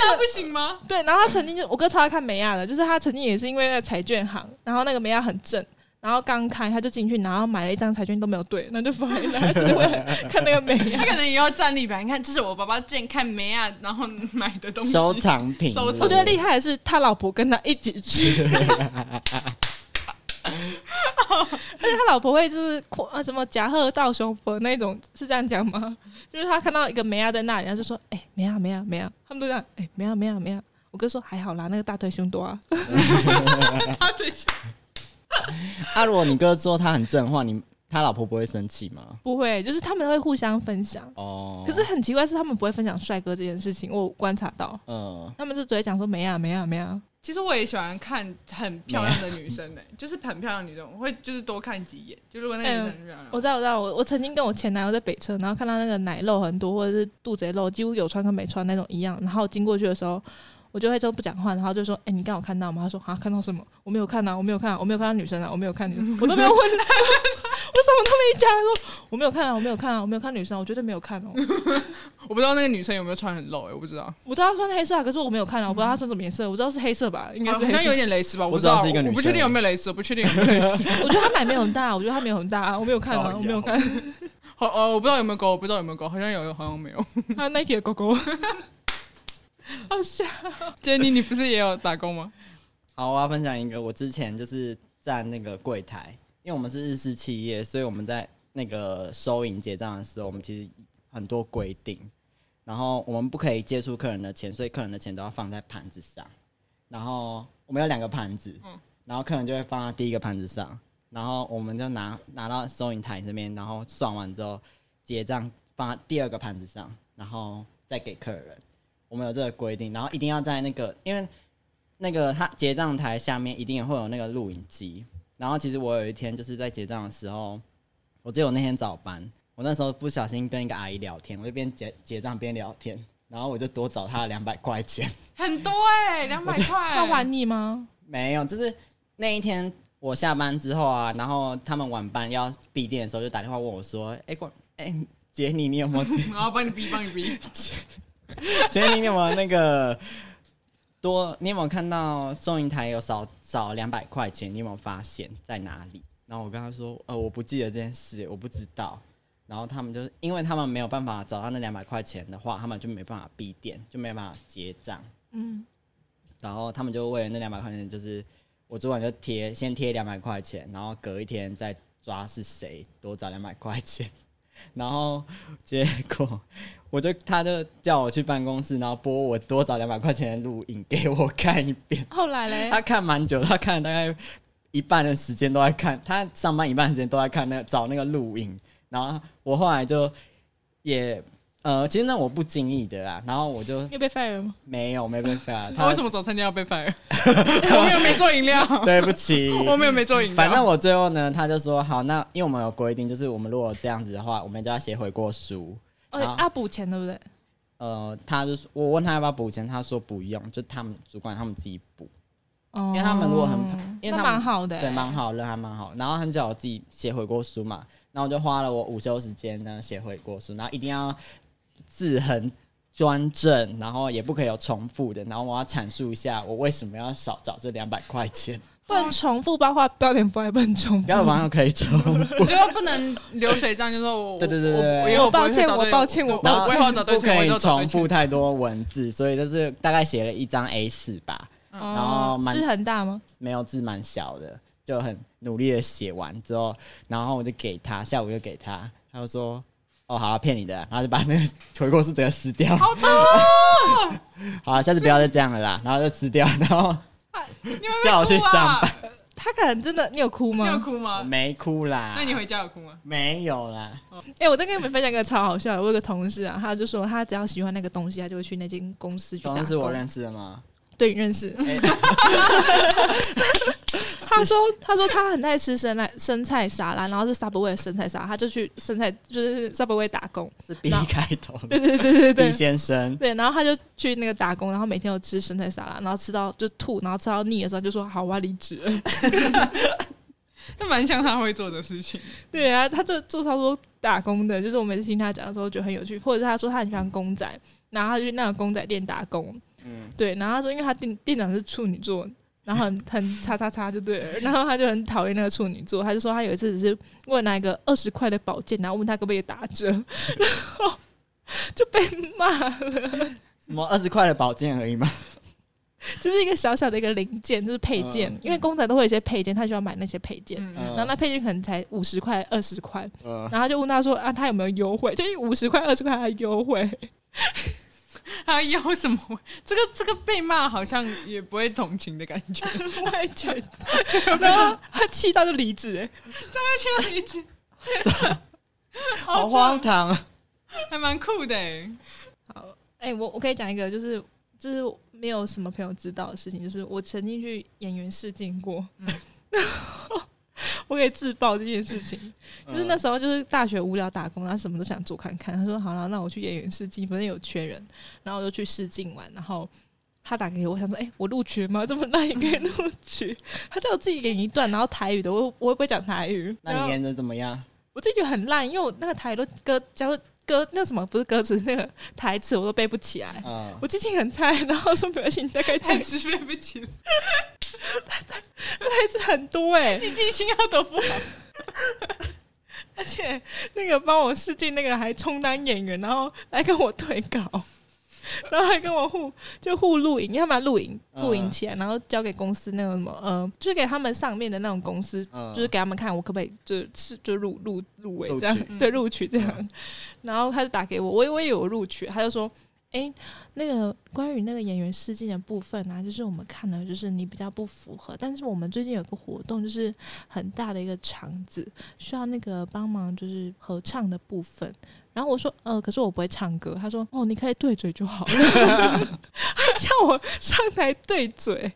[SPEAKER 1] 这样不行吗？
[SPEAKER 3] 对，然后他曾经就我哥超爱看美亚的，就是他曾经也是因为那个彩券行，然后那个美亚很正，然后刚开他就进去，然后买了一张彩券都没有对，那就放回来，就是为了看那个美亚
[SPEAKER 1] 他。可能也要站立吧。你看，这是我爸爸健看梅啊，然后买的东西。
[SPEAKER 2] 收藏品，
[SPEAKER 1] 收藏
[SPEAKER 3] 我觉得厉害的是他老婆跟他一起去， (laughs) 而且他老婆会就是夸啊什么夹鹤到雄佛那种，是这样讲吗？就是他看到一个美亚在那里，他就说：“哎、美亚美亚美亚。”他们都这样：“哎、美亚美亚美亚。”我哥说：“还好啦，那个大腿胸多啊。”
[SPEAKER 1] 他对象
[SPEAKER 2] 啊，如果你哥说他很正的话，你他老婆不会生气吗？
[SPEAKER 3] 不会，就是他们会互相分享。
[SPEAKER 2] 哦，
[SPEAKER 3] 可是，很奇怪，是他们不会分享帅哥这件事情，我观察到，
[SPEAKER 2] 嗯，
[SPEAKER 3] 他们就只会讲说没啊没啊没啊。
[SPEAKER 1] 其实我也喜欢看很漂亮的女生呢、欸就是很漂亮的女生，我会就是多看几眼。就如果那个女生很漂亮，
[SPEAKER 3] 我知道我知道，我我曾经跟我前男友在北车，然后看到那个奶肉很多或者是肚子也肉，几乎有穿跟没穿那种一样，然后经过去的时候。我就会就不讲话，然后就说：“哎、你刚有看到吗？”他说：“啊，看到什么？我没有看啊，我没有看、啊，我没有看到女生啊，我没有看女生，我都没有问 (laughs) 他，我什么都没讲。”他说：“我没有看啊，我没有看啊，我没有看女生啊，我绝对没有看哦。
[SPEAKER 1] 我不知道那个女生有没有穿很露哎、我不知道，
[SPEAKER 3] 我知道她穿黑色啊，可是我没有看啊，我不知道她穿什么颜色，我知道是黑色吧，应该是
[SPEAKER 1] 好
[SPEAKER 3] 黑色
[SPEAKER 1] 像有点蕾丝吧，我不
[SPEAKER 2] 我知道是一个
[SPEAKER 1] 我
[SPEAKER 2] 女生
[SPEAKER 1] 不确定有没有蕾丝，我不确定有没有蕾丝。 (laughs)
[SPEAKER 3] 我觉得他奶没有很大，我觉得他没有很大，我没有看
[SPEAKER 2] 造 (laughs)
[SPEAKER 3] 啊，
[SPEAKER 2] 谣
[SPEAKER 3] 我没有看。
[SPEAKER 1] 好哦，我不知道有没有勾，我不知道有没有勾，好像有，好像没有。
[SPEAKER 3] 还有 Nike 的狗狗， (laughs) 好笑。
[SPEAKER 1] 杰尼，你不是也有打工吗？
[SPEAKER 2] 好，我要分享一个，我之前就是站那个柜台，因为我们是日式企业，所以我们在那个收银结账的时候，我们其实很多规定，然后我们不可以接触客人的钱，所以客人的钱都要放在盘子上，然后我们有两个盘子，然后客人就会放在第一个盘子上，然后我们就拿拿到收银台这边，然后算完之后结账放在第二个盘子上，然后再给客人。我们有这个规定，然后一定要在那个，因为那个他结账台下面一定也会有那个录影机。然后其实我有一天就是在结账的时候，我记得我那天早班，我那时候不小心跟一个阿姨聊天，我就边结结账边聊天，然后我就多找她了两百块钱。
[SPEAKER 1] 很多哎、两百块。
[SPEAKER 3] 他玩你吗？
[SPEAKER 2] 没有，就是那一天我下班之后啊，然后他们晚班要闭店的时候，就打电话问我说：“哎、关哎、杰尼，你有没有
[SPEAKER 1] (laughs) 然后帮你逼，帮你逼。
[SPEAKER 2] (laughs) 杰尼，你有没有那个多？你有没有看到收银台有少少两百块钱？你有没有发现在哪里？然后我跟他说，呃，我不记得这件事，我不知道。然后他们就是因为他们没有办法找到那两百块钱的话，他们就没办法闭店，就没办法结账。
[SPEAKER 3] 嗯，
[SPEAKER 2] 然后他们就为了那两百块钱，就是我主管就贴先贴两百块钱，然后隔一天再抓是谁多找两百块钱， (laughs) 然后结果我就他就叫我去办公室，然后播我多找两百块钱的录影给我看一遍。 (laughs)
[SPEAKER 3] 后来嘞
[SPEAKER 2] 他，看蛮久，他看了大概一半的时间都在看，他上班一半的时间都在看那个找那个录影，然后我后来就也呃，其实那我不经意的啦，然后我就
[SPEAKER 3] 你有被 fire 吗？
[SPEAKER 2] 没有没被 fire，
[SPEAKER 1] 他为什
[SPEAKER 2] 么？
[SPEAKER 1] 么早餐店要被 fire？我们又没做饮料，
[SPEAKER 2] 对
[SPEAKER 1] (laughs)
[SPEAKER 2] 不起，
[SPEAKER 1] 我们又没做饮料。
[SPEAKER 2] (laughs) 反正我最后呢，他就说好，那因为我们有规定，就是我们如果这样子的话，我们就要写悔过书。
[SPEAKER 3] 哦，
[SPEAKER 2] 好
[SPEAKER 3] 要补钱对不对？
[SPEAKER 2] 呃，他就是我问他要不要补钱，他说不用，就他们主管他们自己补，
[SPEAKER 3] 哦，
[SPEAKER 2] 因为他们如果很因为
[SPEAKER 3] 那
[SPEAKER 2] 他们
[SPEAKER 3] 蛮好的欸，
[SPEAKER 2] 对，蛮好，人还蛮好。然后他就叫我自己写悔过书嘛，然后我就花了我午休时间呢写悔过书，然后一定要字很端正，然后也不可以有重复的，然后我要阐述一下我为什么要少找这两百块钱， (laughs)
[SPEAKER 3] 不能重复，包括标点符号也不能重
[SPEAKER 2] 不
[SPEAKER 3] 复。
[SPEAKER 2] 要网友可以重复。 (laughs)
[SPEAKER 1] 我觉得不能流水账，就说我
[SPEAKER 2] 对对对对
[SPEAKER 1] 我以后不会找对
[SPEAKER 3] 我抱歉我
[SPEAKER 1] 我
[SPEAKER 2] 然后
[SPEAKER 1] 我以后找对
[SPEAKER 2] 不
[SPEAKER 1] 钱，我
[SPEAKER 2] 可
[SPEAKER 1] 以
[SPEAKER 2] 以
[SPEAKER 1] 后找对
[SPEAKER 2] 重
[SPEAKER 1] 钱
[SPEAKER 2] 复太多文字，所以就是大概写了一张 A 四吧，
[SPEAKER 3] 哦
[SPEAKER 2] 然后嗯蛮
[SPEAKER 3] 字很大吗？
[SPEAKER 2] 没有字蛮小的，就很努力的写完之后，然后我就给他，下午就给他，他就说：“哦，好、啊，骗你的。”然后就把那个 (laughs) 回过书整个撕掉。好
[SPEAKER 1] 惨
[SPEAKER 2] 好、啊下次不要再这样了啦。然后就撕掉，然后
[SPEAKER 1] 你们
[SPEAKER 2] (laughs) 叫我去上
[SPEAKER 1] 班，
[SPEAKER 3] 他可能真的，你有哭
[SPEAKER 1] 哦你有
[SPEAKER 3] 吗？
[SPEAKER 1] 哭
[SPEAKER 2] 我
[SPEAKER 1] 吗？
[SPEAKER 2] 没哭啦。
[SPEAKER 1] 那你回家有哭吗？
[SPEAKER 2] 没有啦？
[SPEAKER 3] 哎、我再跟你们分享一个超好笑的，我有个同事啊，他就说他只要喜欢那个东西，他就会去那间公司去打
[SPEAKER 2] 总
[SPEAKER 3] 工。
[SPEAKER 2] 是我认识的
[SPEAKER 3] (laughs)
[SPEAKER 2] 吗？
[SPEAKER 3] 对，你认识。
[SPEAKER 2] 哎
[SPEAKER 3] 他说他说他很爱吃生菜生菜沙拉，然后是 Subway 的生菜沙拉，他就去生菜就是 Subway 打工。
[SPEAKER 2] 是 B
[SPEAKER 3] 那
[SPEAKER 2] 开头的
[SPEAKER 3] (laughs) 对对对对
[SPEAKER 2] B
[SPEAKER 3] 对。
[SPEAKER 2] 先生。
[SPEAKER 3] 对，然后他就去那个打工，然后每天都吃生菜沙拉，然后吃到就吐，然后吃到腻的时候就说好，我要离职了。
[SPEAKER 1] 那蛮像他会做的事
[SPEAKER 2] (laughs)
[SPEAKER 1] 情。
[SPEAKER 3] 对啊，他就做超多打工的，就是我每次听他讲的时候觉得很有趣，或者是他说他很喜欢公仔，然后他就去那个公仔店打工，
[SPEAKER 2] 嗯，
[SPEAKER 3] 对，然后他说因为他店店长是处女座，然后很很叉叉叉就对了，然后他就很 (laughs) 讨厌那个处女座，他就说他有一次只是问那个二十块的宝剑，然后问他可不可以打折， (laughs) 然后就被骂了，
[SPEAKER 2] 什么二十块的宝剑而已吗？
[SPEAKER 3] 就是一个小小的一个零件，就是配件，
[SPEAKER 2] 嗯
[SPEAKER 3] 因为公仔都会有一些配件，他需要买那些配件。
[SPEAKER 1] 嗯，
[SPEAKER 2] 嗯
[SPEAKER 3] 然后那配件可能才五十块、二十块，
[SPEAKER 2] 嗯，
[SPEAKER 3] 然后就问他说啊，他有没有优惠？就是五十块、二十块还优惠，
[SPEAKER 1] 还有什么？ (laughs) 这个这个被骂好像也不会同情的感觉。
[SPEAKER 3] 我也觉得。然后他气到就离职、欸，
[SPEAKER 1] 这样一直
[SPEAKER 2] (laughs) 好荒唐啊。
[SPEAKER 1] 还蛮酷的
[SPEAKER 2] (laughs)
[SPEAKER 1] 欸。
[SPEAKER 3] 好，哎、我我可以讲一个，就是就是没有什么朋友知道的事情，就是我曾经去演员试镜过，
[SPEAKER 1] 嗯
[SPEAKER 3] 然后 (laughs) 我可以自曝这件事情，就是那时候就是大学无聊打工，然后什么都想做看看。他说好了，那我去演员试镜，反正有缺人，然后我就去试镜完，然后。他打给我，我想说，哎、我录取了吗？这么烂也可以录取？他叫我自己演一段，然后台语的，我我也不会讲台语。
[SPEAKER 2] 那
[SPEAKER 3] 然后
[SPEAKER 2] 你演的怎么样？
[SPEAKER 3] 我自己觉得很烂，因为我那个台语都歌叫歌那什么不是歌词，那个台词我都背不起来。
[SPEAKER 2] 嗯，
[SPEAKER 3] 我记性很差，然后说没关系，你大概讲
[SPEAKER 1] 太直对不起 (laughs) 了，
[SPEAKER 3] 台词很多
[SPEAKER 2] (laughs)
[SPEAKER 3] 哎、
[SPEAKER 1] 你记性要
[SPEAKER 2] 哦
[SPEAKER 1] 多不
[SPEAKER 2] 啊
[SPEAKER 1] 好。
[SPEAKER 3] 而且那个帮我试镜那个还充当演员，然后来跟我对稿， (laughs) 然后还跟我互就互录影，要么录影
[SPEAKER 2] 嗯
[SPEAKER 3] 录影起来，然后交给公司那种什么呃，就是给他们上面的那种公司
[SPEAKER 2] 嗯
[SPEAKER 3] 就是给他们看我可不可以就是就入入入围
[SPEAKER 2] 录
[SPEAKER 3] 这样
[SPEAKER 2] 取，嗯
[SPEAKER 3] 对录取这样。 (laughs) 然后他就打给我，我以为有录取，他就说。诶，那个关于那个演员试镜的部分啊，就是我们看了，就是你比较不符合，但是我们最近有个活动，就是很大的一个场子，需要那个帮忙，就是合唱的部分。然后我说，呃，可是我不会唱歌。他说，哦，你可以对嘴就好了。 (laughs) 他叫我上台对嘴，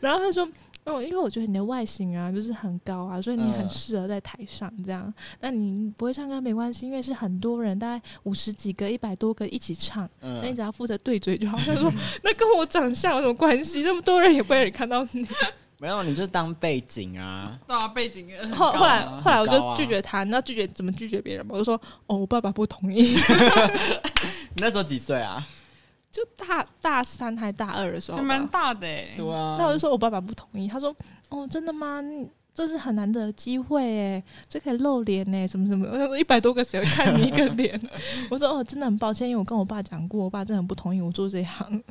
[SPEAKER 3] 然后他说，哦，因为我觉得你的外形啊，就是很高啊，所以你很
[SPEAKER 2] 嗯
[SPEAKER 3] 适合在台上这样。那你不会唱歌没关系，因为是很多人，大概五十几个、一百多个一起唱，那你
[SPEAKER 2] 嗯，
[SPEAKER 3] 只要负责对嘴就好。他说，那跟我长相有什么关系？那么多人也不会看到你。
[SPEAKER 2] 没有，你就当背景啊。
[SPEAKER 1] 对啊，背景很
[SPEAKER 3] 后
[SPEAKER 1] 高
[SPEAKER 3] 后来
[SPEAKER 2] 很
[SPEAKER 3] 后来我
[SPEAKER 2] 高
[SPEAKER 3] 就
[SPEAKER 2] 啊
[SPEAKER 3] 拒绝他，你知道拒绝怎么拒绝别人吗？我就说哦，我爸爸不同意。 (laughs)
[SPEAKER 2] 你 (laughs) 那时候几岁啊？
[SPEAKER 3] 就大大三还大二的时候
[SPEAKER 1] 还
[SPEAKER 3] 吧，
[SPEAKER 1] 蛮大的欸。
[SPEAKER 2] 对啊，
[SPEAKER 3] 那我就说我爸爸不同意，他说哦，真的吗？你这是很难得的机会哎，这可以露脸哎，什么什么的？我想说一百多个谁会看你一个脸？ (laughs) 我说哦，真的很抱歉，因为我跟我爸讲过，我爸真的很不同意我做这一行。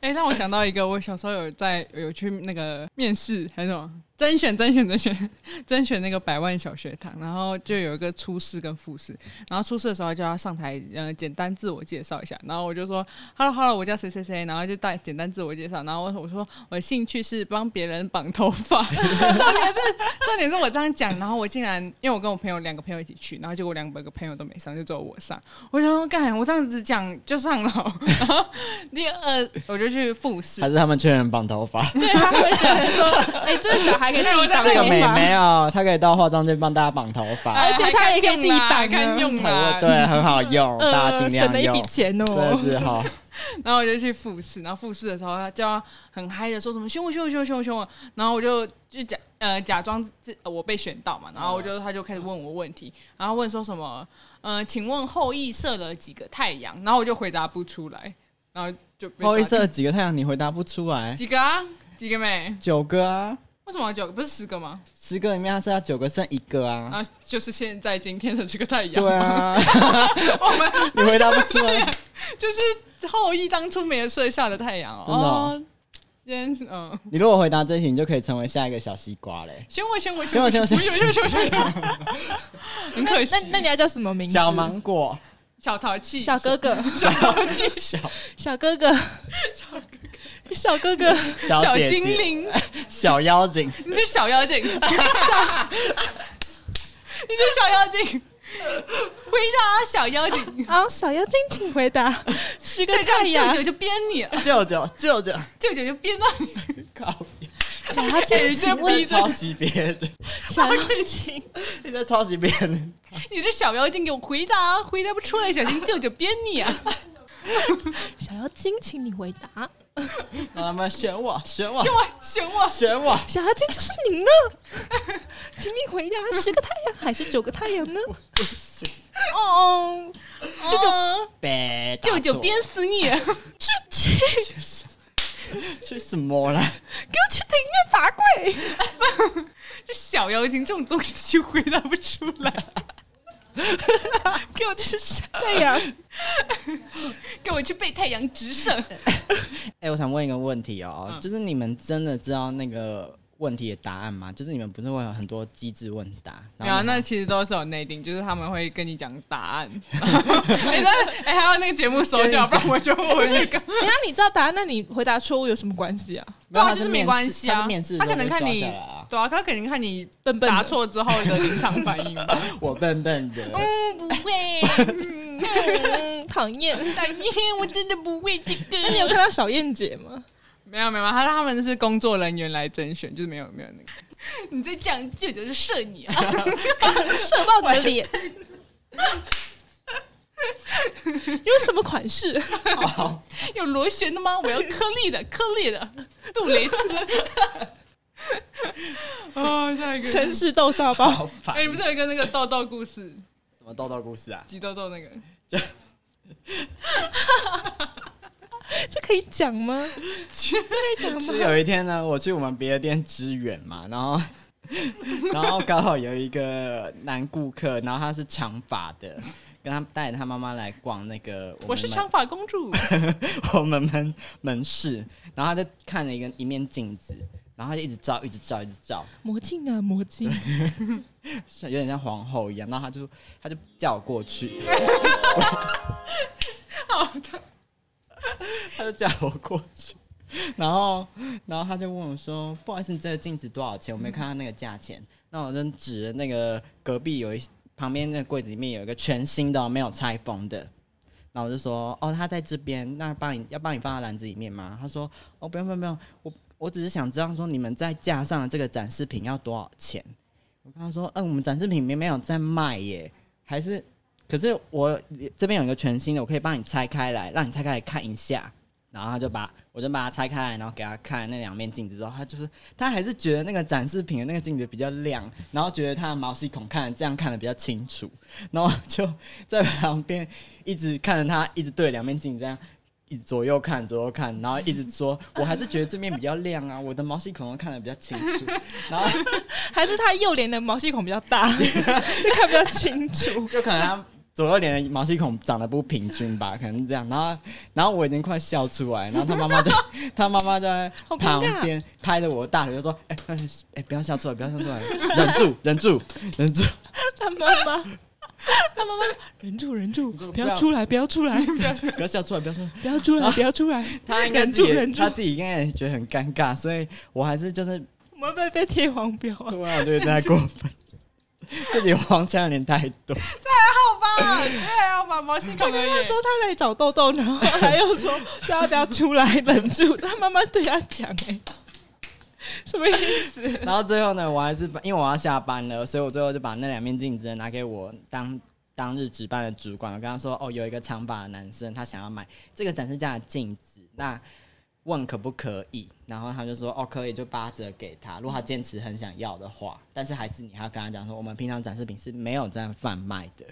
[SPEAKER 1] 哎、让我想到一个，我小时候有在有去那个面试还是什么甄选 (laughs) 甄选甄选甄选那个百万小学堂，然后就有一个初试跟复试，然后初试的时候就要上台，呃，简单自我介绍一下，然后我就说 “hello hello”，我叫谁谁谁，然后就带简单自我介绍，然后我我说我的兴趣是帮别人绑头发， (laughs) 重点是重点是我这样讲，然后我竟然因为我跟我朋友两个朋友一起去，然后结果两百个朋友都没上，就只有我上，我想说干，我这样子讲就上了 (laughs) 哦，然后第二我就去复试
[SPEAKER 2] 还，是他们缺人绑头 (laughs) 发？
[SPEAKER 3] (laughs) 对他会觉得说， (laughs) 哎、这个小孩可以自己绑
[SPEAKER 2] 这个
[SPEAKER 3] 头
[SPEAKER 2] 美
[SPEAKER 3] 发，
[SPEAKER 2] 眉哦，她可以到化妆间帮大家绑头发，
[SPEAKER 3] 而且他也可以自己
[SPEAKER 1] 打
[SPEAKER 3] 绑
[SPEAKER 1] 干啊用
[SPEAKER 2] 哎
[SPEAKER 1] 啦，
[SPEAKER 2] 对，很好用，哦大家
[SPEAKER 3] 呃，
[SPEAKER 2] 尽
[SPEAKER 3] 省了
[SPEAKER 2] 量
[SPEAKER 3] 一笔
[SPEAKER 2] 用，
[SPEAKER 3] 钱
[SPEAKER 2] 真
[SPEAKER 3] 哦 (laughs)
[SPEAKER 2] 的。是哈。
[SPEAKER 1] 然后我就去复试，然后复试的时候他就要很嗨的说什么凶我凶我凶我凶我凶我，然后我就就假呃假装自呃我被选到嘛，然后我就他就开始问我问题，然后问说什么呃请问后羿射了几个太阳，然后我就回答不出来，然后就被
[SPEAKER 2] 不好意
[SPEAKER 1] 刷
[SPEAKER 2] 思，几个太阳你回答不出来？
[SPEAKER 1] 几个啊几个没？
[SPEAKER 2] 九个啊，
[SPEAKER 1] 为什么要九个不是十个吗？
[SPEAKER 2] 十个里面他剩下九个，剩一个啊。
[SPEAKER 1] 然后就是现在今天的这个太
[SPEAKER 3] 哎
[SPEAKER 1] 阳，
[SPEAKER 2] 对
[SPEAKER 3] (laughs)
[SPEAKER 2] 啊， (laughs) 你回答不出来，
[SPEAKER 1] (laughs) 就是后羿当初没有射下的太阳哦。
[SPEAKER 2] 真的哦
[SPEAKER 1] 哦先是嗯，
[SPEAKER 2] 你如果回答这题，你就可以成为下一个小西瓜嘞。 (laughs)
[SPEAKER 1] 选我选我
[SPEAKER 2] 选我选
[SPEAKER 1] 我
[SPEAKER 2] 我
[SPEAKER 1] 选我选我选我选我，很可惜
[SPEAKER 3] 那。那你要叫什么名字？
[SPEAKER 2] 小芒果，
[SPEAKER 1] 小淘气，
[SPEAKER 3] 小哥哥，
[SPEAKER 2] 小小
[SPEAKER 3] 小哥哥，小哥哥，
[SPEAKER 2] 小姐
[SPEAKER 1] 精
[SPEAKER 2] 姐，
[SPEAKER 1] 灵，
[SPEAKER 2] 小妖精，
[SPEAKER 1] 你是小妖精，你是小妖精，回答小妖精，
[SPEAKER 3] 好，啊小妖精，请回
[SPEAKER 1] (laughs)
[SPEAKER 3] 答。十个
[SPEAKER 1] 再
[SPEAKER 3] 太
[SPEAKER 1] 让
[SPEAKER 3] 阳
[SPEAKER 1] 舅，舅就编你了，
[SPEAKER 2] 舅舅舅舅，
[SPEAKER 1] 舅舅就编到你。
[SPEAKER 2] 靠，
[SPEAKER 3] 小妖精，请
[SPEAKER 2] 你
[SPEAKER 3] 问
[SPEAKER 2] 在抄袭别人的，
[SPEAKER 3] 小妖精，
[SPEAKER 2] 你在抄袭别人的。
[SPEAKER 1] 你这小妖精给我回答，回答不出来，小心舅舅编你啊！
[SPEAKER 3] 小妖精，请你回答。
[SPEAKER 2] 让他们选我，选我，
[SPEAKER 1] 选我，选
[SPEAKER 2] (laughs)
[SPEAKER 1] 我，
[SPEAKER 2] 选我，
[SPEAKER 3] 小妖精就是您
[SPEAKER 1] (laughs)
[SPEAKER 3] 了，请你回答十个太阳还是九个太阳呢？
[SPEAKER 1] 哦哦，舅舅，
[SPEAKER 2] 别打
[SPEAKER 1] 舅
[SPEAKER 2] 错
[SPEAKER 1] 舅编死你！
[SPEAKER 3] 去去，给
[SPEAKER 2] 去什么啦？
[SPEAKER 3] 我去庭院罚跪。
[SPEAKER 1] 这小妖精这种东西就回答不出 (laughs) 来，
[SPEAKER 3] 给我去晒太阳。
[SPEAKER 1] (laughs) 给我去被太阳直射。
[SPEAKER 2] 哎、我想问一个问题哦，
[SPEAKER 1] 嗯
[SPEAKER 2] 就是你们真的知道那个问题的答案吗？就是你们不是会有很多机智问答？
[SPEAKER 1] 没有啊，
[SPEAKER 2] 然后
[SPEAKER 1] 那其实都是有内定，就是他们会跟你讲答案。 (laughs) 哎、那哎、还有那个节目收掉，不然我就我那个。
[SPEAKER 3] 等一下哎你知道答案，那你回答错误有什么关系啊？
[SPEAKER 2] 没有
[SPEAKER 1] 啊，
[SPEAKER 2] 他
[SPEAKER 1] 就是是没
[SPEAKER 2] 面试
[SPEAKER 1] 关系
[SPEAKER 2] 他
[SPEAKER 1] 啊
[SPEAKER 2] 是面试，的
[SPEAKER 1] 他
[SPEAKER 2] 时
[SPEAKER 1] 可
[SPEAKER 2] 候
[SPEAKER 1] 能
[SPEAKER 2] 就
[SPEAKER 1] 看
[SPEAKER 2] 刷
[SPEAKER 1] 你
[SPEAKER 2] 下来啊，
[SPEAKER 1] 对啊，他可能看你
[SPEAKER 3] 笨笨的
[SPEAKER 1] 答错之后的临场反应吧。
[SPEAKER 2] 我笨笨的，
[SPEAKER 1] 嗯，不会，嗯
[SPEAKER 3] 嗯，讨厌。
[SPEAKER 1] 讨厌，我真的不会这
[SPEAKER 3] 那你
[SPEAKER 1] 个。
[SPEAKER 3] 有看到小燕姐吗？
[SPEAKER 1] (laughs) 没有没有，他他们是工作人员来甄选，就是没有没有那个。 (laughs) 你在讲舅舅就射你啊！
[SPEAKER 3] 射爆你的脸！
[SPEAKER 1] (laughs)
[SPEAKER 3] 有什么款式？
[SPEAKER 1] 有螺旋的吗？我要颗粒的，颗粒的，杜蕾斯。 (laughs) 哦，下一个
[SPEAKER 3] 城市豆沙包。 (laughs)
[SPEAKER 2] 好烦
[SPEAKER 1] 哎、。你不是有一个那个豆豆故事，
[SPEAKER 2] 什么豆豆故事啊？
[SPEAKER 1] 挤痘痘那个？
[SPEAKER 3] 这可以讲吗？这可以讲
[SPEAKER 2] 是
[SPEAKER 3] 吗？
[SPEAKER 2] 有一天呢，我去我们别的店支援嘛，然后 (laughs) 然后刚好有一个男顾客，然后他是长发的，跟他带着他妈妈来逛那个我
[SPEAKER 1] 我
[SPEAKER 2] 们
[SPEAKER 1] 是
[SPEAKER 2] 门
[SPEAKER 1] 长发公主，
[SPEAKER 2] (laughs) 我们门门市，然后他就看了一个一面镜子，然后他就一直照，一直照，一直照，
[SPEAKER 3] 魔镜啊，魔镜！
[SPEAKER 2] 是有点像皇后一样。然后他就他就叫我过去，
[SPEAKER 1] (laughs) 好的，
[SPEAKER 2] (laughs) 他就叫我过去，然后然后他就问我说：“不好意思，你这个镜子多少钱？我没看到那个价钱。”那我就指着那个隔壁有一旁边那个柜子里面有一个全新的哦没有拆封的，然后我就说：“哦，他在这边，那帮你要帮你放在篮子里面吗？”他说：“哦，不用不用不用，我我只是想知道说你们在架上的这个展示品要多少钱。”我跟他说：“嗯，我们展示品里面没有在卖耶，还是。”可是我这边有一个全新的，我可以帮你拆开来，让你拆开来看一下。然后他就把我就把它拆开来，然后给他看那两面镜子之后，他就是他还是觉得那个展示品的那个镜子比较亮，然后觉得他的毛细孔看这样看的比较清楚，然后就在旁边一直看着他，一直对两面镜子这样。一直左右看，左右看，然后一直说，我还是觉得这面比较亮啊，我的毛细孔都看得比较清楚。 (laughs) 然后
[SPEAKER 3] (laughs) 还是他右脸的毛细孔比较大，就看比较清楚。
[SPEAKER 2] 就可能他左右脸的毛细孔长得不平均吧，可能是这样。然后，然后我已经快笑出来，然后他妈妈就 (laughs) 他妈妈就在
[SPEAKER 3] 好尴
[SPEAKER 2] 旁
[SPEAKER 3] 尬
[SPEAKER 2] 边拍着我的大腿，就说：“哎、哎、哎不要笑出来，不要笑出来，忍住，忍住，忍住。
[SPEAKER 3] (laughs) 他妈妈，他妈妈，忍住，忍住，
[SPEAKER 2] 说
[SPEAKER 3] 不要出来，不要出
[SPEAKER 2] (laughs)
[SPEAKER 3] 来，
[SPEAKER 2] 不要笑出来，不要笑出来。”
[SPEAKER 3] 不要出来，不要出来，
[SPEAKER 2] (laughs) 他应该
[SPEAKER 3] 忍
[SPEAKER 2] 自
[SPEAKER 3] 住，
[SPEAKER 2] 己
[SPEAKER 3] 忍住
[SPEAKER 2] 他，自己应该也觉得很尴尬，所以我还是就是，
[SPEAKER 3] 我们被被贴黄标啊！
[SPEAKER 2] 对啊，我觉得太过分， (laughs) 自己黄腔有点太多。
[SPEAKER 1] 好吧，对啊，把毛细
[SPEAKER 3] 他
[SPEAKER 1] 孔
[SPEAKER 3] 跟
[SPEAKER 1] 而
[SPEAKER 3] 他
[SPEAKER 1] 已。
[SPEAKER 3] 说他来找豆豆，然后他又说叫他不要出来，忍住。他妈妈对他讲、哎，什么意思？
[SPEAKER 2] (laughs) 然后最后呢，我还是把因为我要下班了，所以我最后就把那两面镜子拿给我当当日值班的主管，我跟他说，哦，有一个长发的男生，他想要买这个展示架的镜子，那问可不可以？然后他就说，哦，可以，就八折给他。如果他坚持很想要的话，但是还是你还要跟他讲说，我们平常展示品是没有这样贩卖的，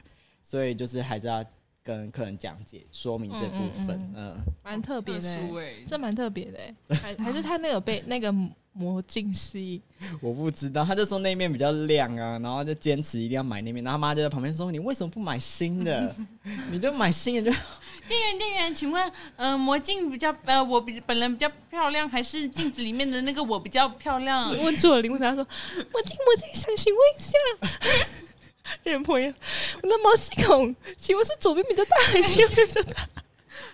[SPEAKER 2] 所以就是还是要跟客人讲解说明这部分，嗯。
[SPEAKER 3] 蛮特别
[SPEAKER 2] 哦
[SPEAKER 3] 的、
[SPEAKER 1] 殊
[SPEAKER 3] 哎
[SPEAKER 1] 哎
[SPEAKER 2] 欸
[SPEAKER 3] 这蛮特别的、
[SPEAKER 2] (laughs)
[SPEAKER 3] 哎还还是他那个被那个魔镜吸
[SPEAKER 2] (laughs)
[SPEAKER 3] 引。
[SPEAKER 2] 我不知道，他就说那面比较亮啊，然后就坚持一定要买那面，然后他妈就在旁边说：“你为什么不买
[SPEAKER 1] (laughs)
[SPEAKER 2] 新的？你就买新的就。
[SPEAKER 1] 店员，店员，请问，呃，魔镜比较，呃，我比本人比较漂亮，还是镜子里面的那个我比较漂 (laughs) 亮？
[SPEAKER 2] 嗯
[SPEAKER 3] (laughs) 问住了林问他说：“魔镜，魔镜，想询问一下， (laughs) 人婆呀，我的毛细孔，请问是左边比较大还是右边比较大？”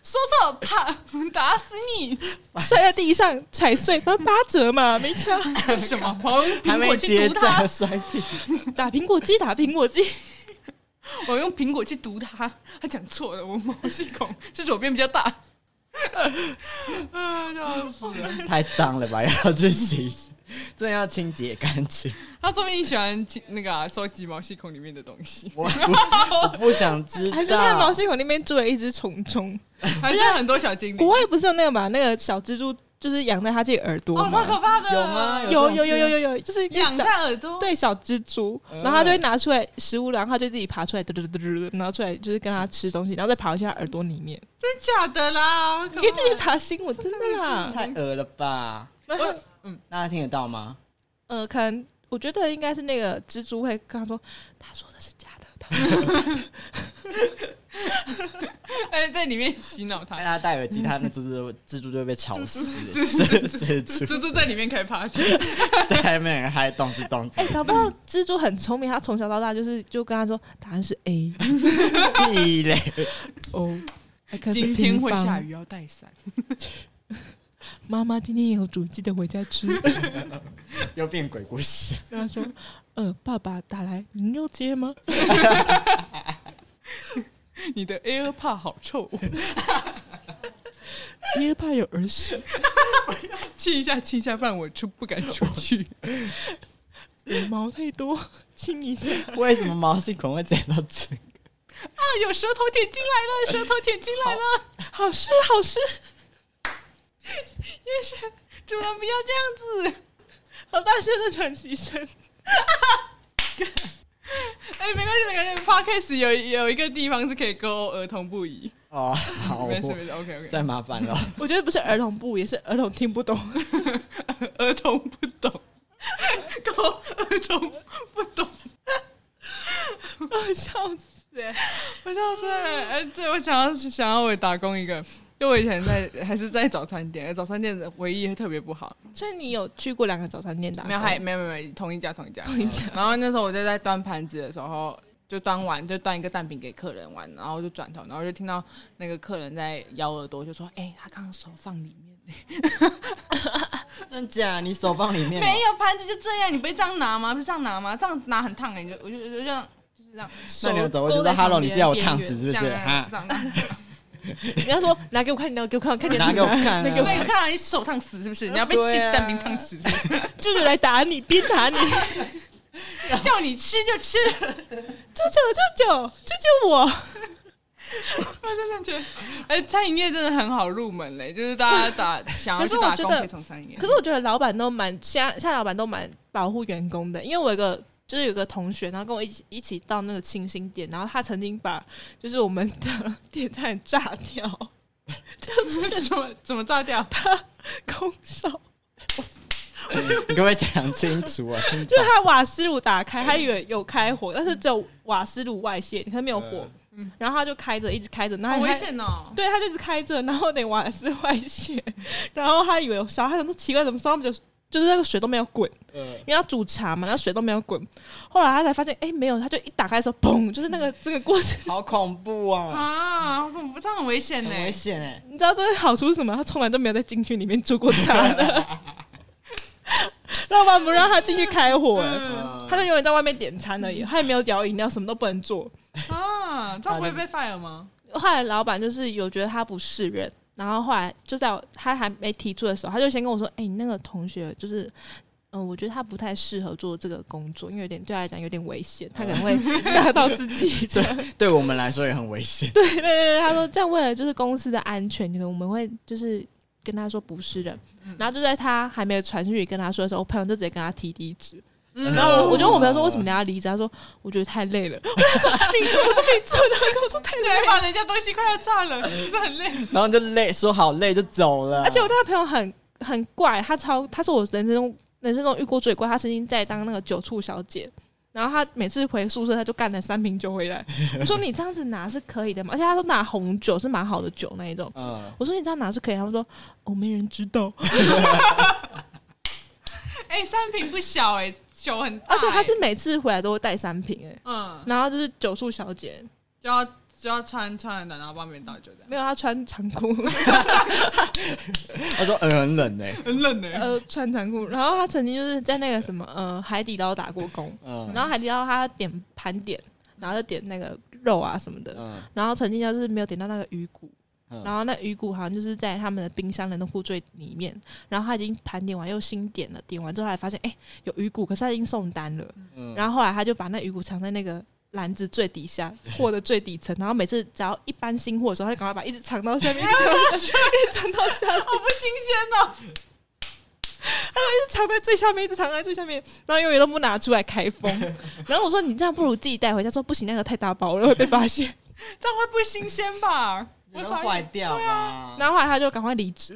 [SPEAKER 1] 说错，怕打死你！
[SPEAKER 3] 摔在地上踩碎，反正八折嘛，
[SPEAKER 2] (laughs)
[SPEAKER 3] 没差。
[SPEAKER 1] (laughs) 什么？我用”
[SPEAKER 2] 还
[SPEAKER 1] 苹
[SPEAKER 2] 没
[SPEAKER 1] 果去
[SPEAKER 2] 结
[SPEAKER 1] 毒他
[SPEAKER 2] 账，摔屁，
[SPEAKER 3] 打苹果机，打苹果机，
[SPEAKER 1] 我用苹果去毒他。他讲错了，我毛细 (laughs) 孔是左边比较大。啊，笑死了！
[SPEAKER 2] (laughs) 太脏了吧，要去洗洗，真的要清洁干
[SPEAKER 1] (laughs)
[SPEAKER 2] 净。
[SPEAKER 1] 他说明喜欢那个啊收、集毛细孔里面的东西， (laughs)
[SPEAKER 2] 我不，我不想知
[SPEAKER 3] 还是看毛
[SPEAKER 2] 道。
[SPEAKER 3] 细孔那边住了一只虫虫。
[SPEAKER 1] 还是很多小精灵
[SPEAKER 3] 国。外不是有那个嘛，那个小蜘蛛就是养在它自己耳朵
[SPEAKER 1] 哦，超可
[SPEAKER 3] 嘛？
[SPEAKER 1] 怕的！
[SPEAKER 2] 有吗
[SPEAKER 3] 有
[SPEAKER 2] 有
[SPEAKER 3] 有有
[SPEAKER 2] 这种
[SPEAKER 3] 有
[SPEAKER 2] 事
[SPEAKER 3] 有有，就是一个
[SPEAKER 1] 养
[SPEAKER 3] 小
[SPEAKER 1] 在耳朵，，
[SPEAKER 3] 对小蜘蛛，
[SPEAKER 2] 嗯
[SPEAKER 3] 然后它就会拿出来食物，然后它就自己爬出来，嘟嘟嘟嘟嘟嘟，然后出来就是跟它吃东西，然后再爬回去它耳朵里面。
[SPEAKER 1] 真假的啦！你
[SPEAKER 3] 你可以自己去查新闻，真的啊啦。
[SPEAKER 2] 太恶了吧？
[SPEAKER 3] 然后
[SPEAKER 2] 大家听得到吗？
[SPEAKER 3] 呃，可能我觉得应该是那个蜘蛛会跟他说，他说的是假的，他说
[SPEAKER 1] 哎，在里面洗脑他
[SPEAKER 2] 大。家戴耳机，他那蜘
[SPEAKER 1] (laughs)
[SPEAKER 2] 蛛蜘蛛就会被吵死。 (laughs) 蜘蛛
[SPEAKER 1] 猪猪在里面开 party，
[SPEAKER 2] 对，没有人还动之动之
[SPEAKER 3] 哎、搞不好蜘蛛很聪明，它从小到大就是就跟他说答案是 (laughs) A
[SPEAKER 1] (laughs)
[SPEAKER 2] 屁嘞！
[SPEAKER 3] O。哎可是
[SPEAKER 1] 今天会
[SPEAKER 3] 平方
[SPEAKER 1] 下雨，要带伞。
[SPEAKER 3] 妈妈今天也有煮，记得回家 (laughs) 吃。
[SPEAKER 2] 又变鬼故事。
[SPEAKER 3] 跟他说，呃，爸爸打来，您要接吗？ (laughs)
[SPEAKER 1] 你的 AirPod 好臭，
[SPEAKER 3] 因为怕有耳屎。
[SPEAKER 1] 亲一下亲一下，不然我出不敢出去。
[SPEAKER 3] 羽毛太多，亲 (laughs) 一下。
[SPEAKER 2] 为什么毛细孔会剪到这个？
[SPEAKER 1] (laughs) 啊，有舌头舔进 (laughs) 来了，舌头舔进来了。
[SPEAKER 3] 好吃，好吃，
[SPEAKER 1] 主人不要这样子， (laughs)
[SPEAKER 3] (laughs) 好大声的喘息声。
[SPEAKER 1] 哎、没关系没关系，Podcast 有有一个地方是可以勾儿童不宜，
[SPEAKER 2] 哦，好，
[SPEAKER 1] 没事没事，OK
[SPEAKER 2] 再
[SPEAKER 1] OK，
[SPEAKER 2] 麻烦了。
[SPEAKER 3] (laughs) 我觉得不是儿童不，也是儿童听不懂。
[SPEAKER 1] 儿童不懂， (laughs) 勾儿童不懂，
[SPEAKER 3] 我 (laughs) 笑死、欸！
[SPEAKER 1] 我笑死了，哎、对我想要想要我打工一个。就我以前在还是在早餐店，早餐店的回忆特别不好，
[SPEAKER 3] 所以你有去过两个早餐店
[SPEAKER 2] 啊
[SPEAKER 3] 打工？
[SPEAKER 1] 没有
[SPEAKER 2] 哦
[SPEAKER 1] 还没有没有没有同一家同一家，嗯
[SPEAKER 3] 我跟你讲，
[SPEAKER 1] 然后那时候我就在端盘子的时候，就端完就端一个蛋饼给客人玩，然后我就转头，然后就听到那个客人在咬耳朵，就说：“哎、他刚刚手放里面，
[SPEAKER 2] (laughs) 真假？你手放里面哦
[SPEAKER 1] 没有盘子就这样，你不会这样拿吗？不是这样拿吗？这样拿很烫哎、你就我就我就这样。”就是这样，
[SPEAKER 2] 那你有走过去说
[SPEAKER 3] 手勾在
[SPEAKER 2] “hello”，
[SPEAKER 3] 旁
[SPEAKER 2] 你
[SPEAKER 3] 边
[SPEAKER 2] 是要我烫死
[SPEAKER 3] 边
[SPEAKER 2] 是不
[SPEAKER 1] 这样
[SPEAKER 2] 是？哈
[SPEAKER 1] 这，样，这样
[SPEAKER 3] 缘？你要说拿给我看，你拿给我
[SPEAKER 1] (laughs)
[SPEAKER 3] 看，看你的
[SPEAKER 2] 拿给我
[SPEAKER 3] 图案
[SPEAKER 2] 看啊 (laughs)
[SPEAKER 3] 拿给我
[SPEAKER 1] 那
[SPEAKER 3] 看
[SPEAKER 1] 个看来你手烫死是不是？你要被
[SPEAKER 2] 对
[SPEAKER 1] 气
[SPEAKER 2] 啊
[SPEAKER 1] 死蛋饼烫死是
[SPEAKER 2] (laughs)
[SPEAKER 1] 不是，
[SPEAKER 3] 就是来打你，鞭打 (laughs) 你，
[SPEAKER 1] 叫你吃就吃。
[SPEAKER 3] 舅舅舅舅救救我！
[SPEAKER 1] 哎，餐饮业真的很好入门嘞，就是大家打想要
[SPEAKER 3] 可是
[SPEAKER 1] 去
[SPEAKER 3] 我
[SPEAKER 1] 打
[SPEAKER 3] 觉
[SPEAKER 1] 工
[SPEAKER 3] 得
[SPEAKER 1] 可以从餐饮业。
[SPEAKER 3] 可是我觉得老板都蛮现在现在老板都蛮保护员工的，因为我有一个就是有个同学，然后跟我一起一起到那个清新店，然后他曾经把就是我们的店差点炸掉， (laughs)
[SPEAKER 1] 是 (laughs) 怎么怎么炸掉？
[SPEAKER 3] 空手。
[SPEAKER 2] 你可不可以讲清楚啊？听不
[SPEAKER 3] 就
[SPEAKER 2] 懂
[SPEAKER 3] 是他瓦斯炉打开，他以为有开火，但是只有瓦斯炉外泄，你看没有火，然后他就开着，一直开着，然后
[SPEAKER 1] 好
[SPEAKER 3] 他
[SPEAKER 1] 危险哦！
[SPEAKER 3] 对，他就一直开着，然后得瓦斯外泄，然后他以为小孩想说奇怪，怎么烧那么久，就是那个水都没有滚，
[SPEAKER 2] 呃，
[SPEAKER 3] 因为要煮茶嘛，那水都没有滚。后来他才发现，哎、没有，他就一打开的时候，砰，就是那个这个过程，
[SPEAKER 2] 好恐怖啊，
[SPEAKER 1] 啊，好恐怖这样很危险
[SPEAKER 2] 很
[SPEAKER 1] 呢、
[SPEAKER 2] 危险哎、
[SPEAKER 3] 你知道这个好处是什么？他从来都没有在进去里面煮过茶的，老板不让他进去开火、哎
[SPEAKER 2] 嗯
[SPEAKER 3] 他就永远在外面点餐而已，他也没有摇饮料，什么都不能做。
[SPEAKER 1] 啊，这样不会被 fire 吗？
[SPEAKER 3] 后来老板就是有觉得他不是人，然后后来就在我他还没提出的时候，他就先跟我说：“哎、你那个同学就是。”嗯，我觉得他不太适合做这个工作，因为有点对他来讲有点危险，他可能会吓到自己。这样
[SPEAKER 2] 对我们来说也很危险。
[SPEAKER 3] 对对对对，他说这样为了就是公司的安全，可能我们会就是跟他说不是人。然后就在他还没有传讯息跟他说的时候，我朋友就直接跟他提离职。
[SPEAKER 1] 嗯
[SPEAKER 3] 然后我就问我朋友说：“为什么你要离职？”他说：“我觉得太累了。”我就说：“你怎么可以做到？”他跟我说：“太累了。”
[SPEAKER 1] (laughs) 对，把人家东西快要炸了，这很累。
[SPEAKER 2] 然后就累，说好累就走了。
[SPEAKER 3] 而且我那个朋友很很怪，他超，他是我人生中人生中遇过最怪，他曾经在当那个酒醋小姐。然后他每次回宿舍，他就干了三瓶酒回来。我说你这样子拿是可以的嘛？而且他说拿红酒是蛮好的酒那一种。
[SPEAKER 2] 嗯，
[SPEAKER 3] 我说你这样拿是可以，他们说哦没人知道，
[SPEAKER 1] (laughs) 哎、三瓶不小哎、酒很大、
[SPEAKER 3] 而且他是每次回来都会带三瓶哎、
[SPEAKER 1] 嗯，
[SPEAKER 3] 然后就是酒醋小姐，
[SPEAKER 1] 就要就要穿穿的，然后帮别人倒酒这样，
[SPEAKER 3] 没有她穿长裤，
[SPEAKER 2] 他说嗯很冷哎、
[SPEAKER 1] 很冷呢、
[SPEAKER 3] 呃穿长裤。然后她曾经就是在那个什么呃海底捞打过工，
[SPEAKER 2] 嗯
[SPEAKER 3] 然后海底捞他点盘点，然后就点那个肉啊什么的，
[SPEAKER 2] 嗯
[SPEAKER 3] 然后曾经就是没有点到那个鱼骨，
[SPEAKER 2] 嗯
[SPEAKER 3] 然后那鱼骨好像就是在他们的冰箱冷冻库最里面，然后他已经盘点完又新点了，点完之后还发现哎、有鱼骨，可是他已经送单了，
[SPEAKER 2] 嗯
[SPEAKER 3] 然后后来他就把那鱼骨藏在那个。篮子最
[SPEAKER 2] (laughs)
[SPEAKER 3] 底下，货的最底层，然后每次只要一搬新货的时候，他就赶快把一直藏到
[SPEAKER 2] (laughs)
[SPEAKER 3] 下面，一直藏到下面，一直藏到下面，
[SPEAKER 1] 好不新鲜哦、
[SPEAKER 3] 藏在最下面，一直藏在最下面，然后永远都不拿出来开封。然后我说你这样不如自己带回家。说不行，那个太大包了会被发
[SPEAKER 2] 嗯
[SPEAKER 3] 现。
[SPEAKER 1] 这样会不新鲜吧？我
[SPEAKER 2] 人
[SPEAKER 1] 少
[SPEAKER 2] 会
[SPEAKER 1] 一
[SPEAKER 2] 坏掉吧？
[SPEAKER 3] 然后后来他就赶快离
[SPEAKER 2] (laughs)
[SPEAKER 3] 职。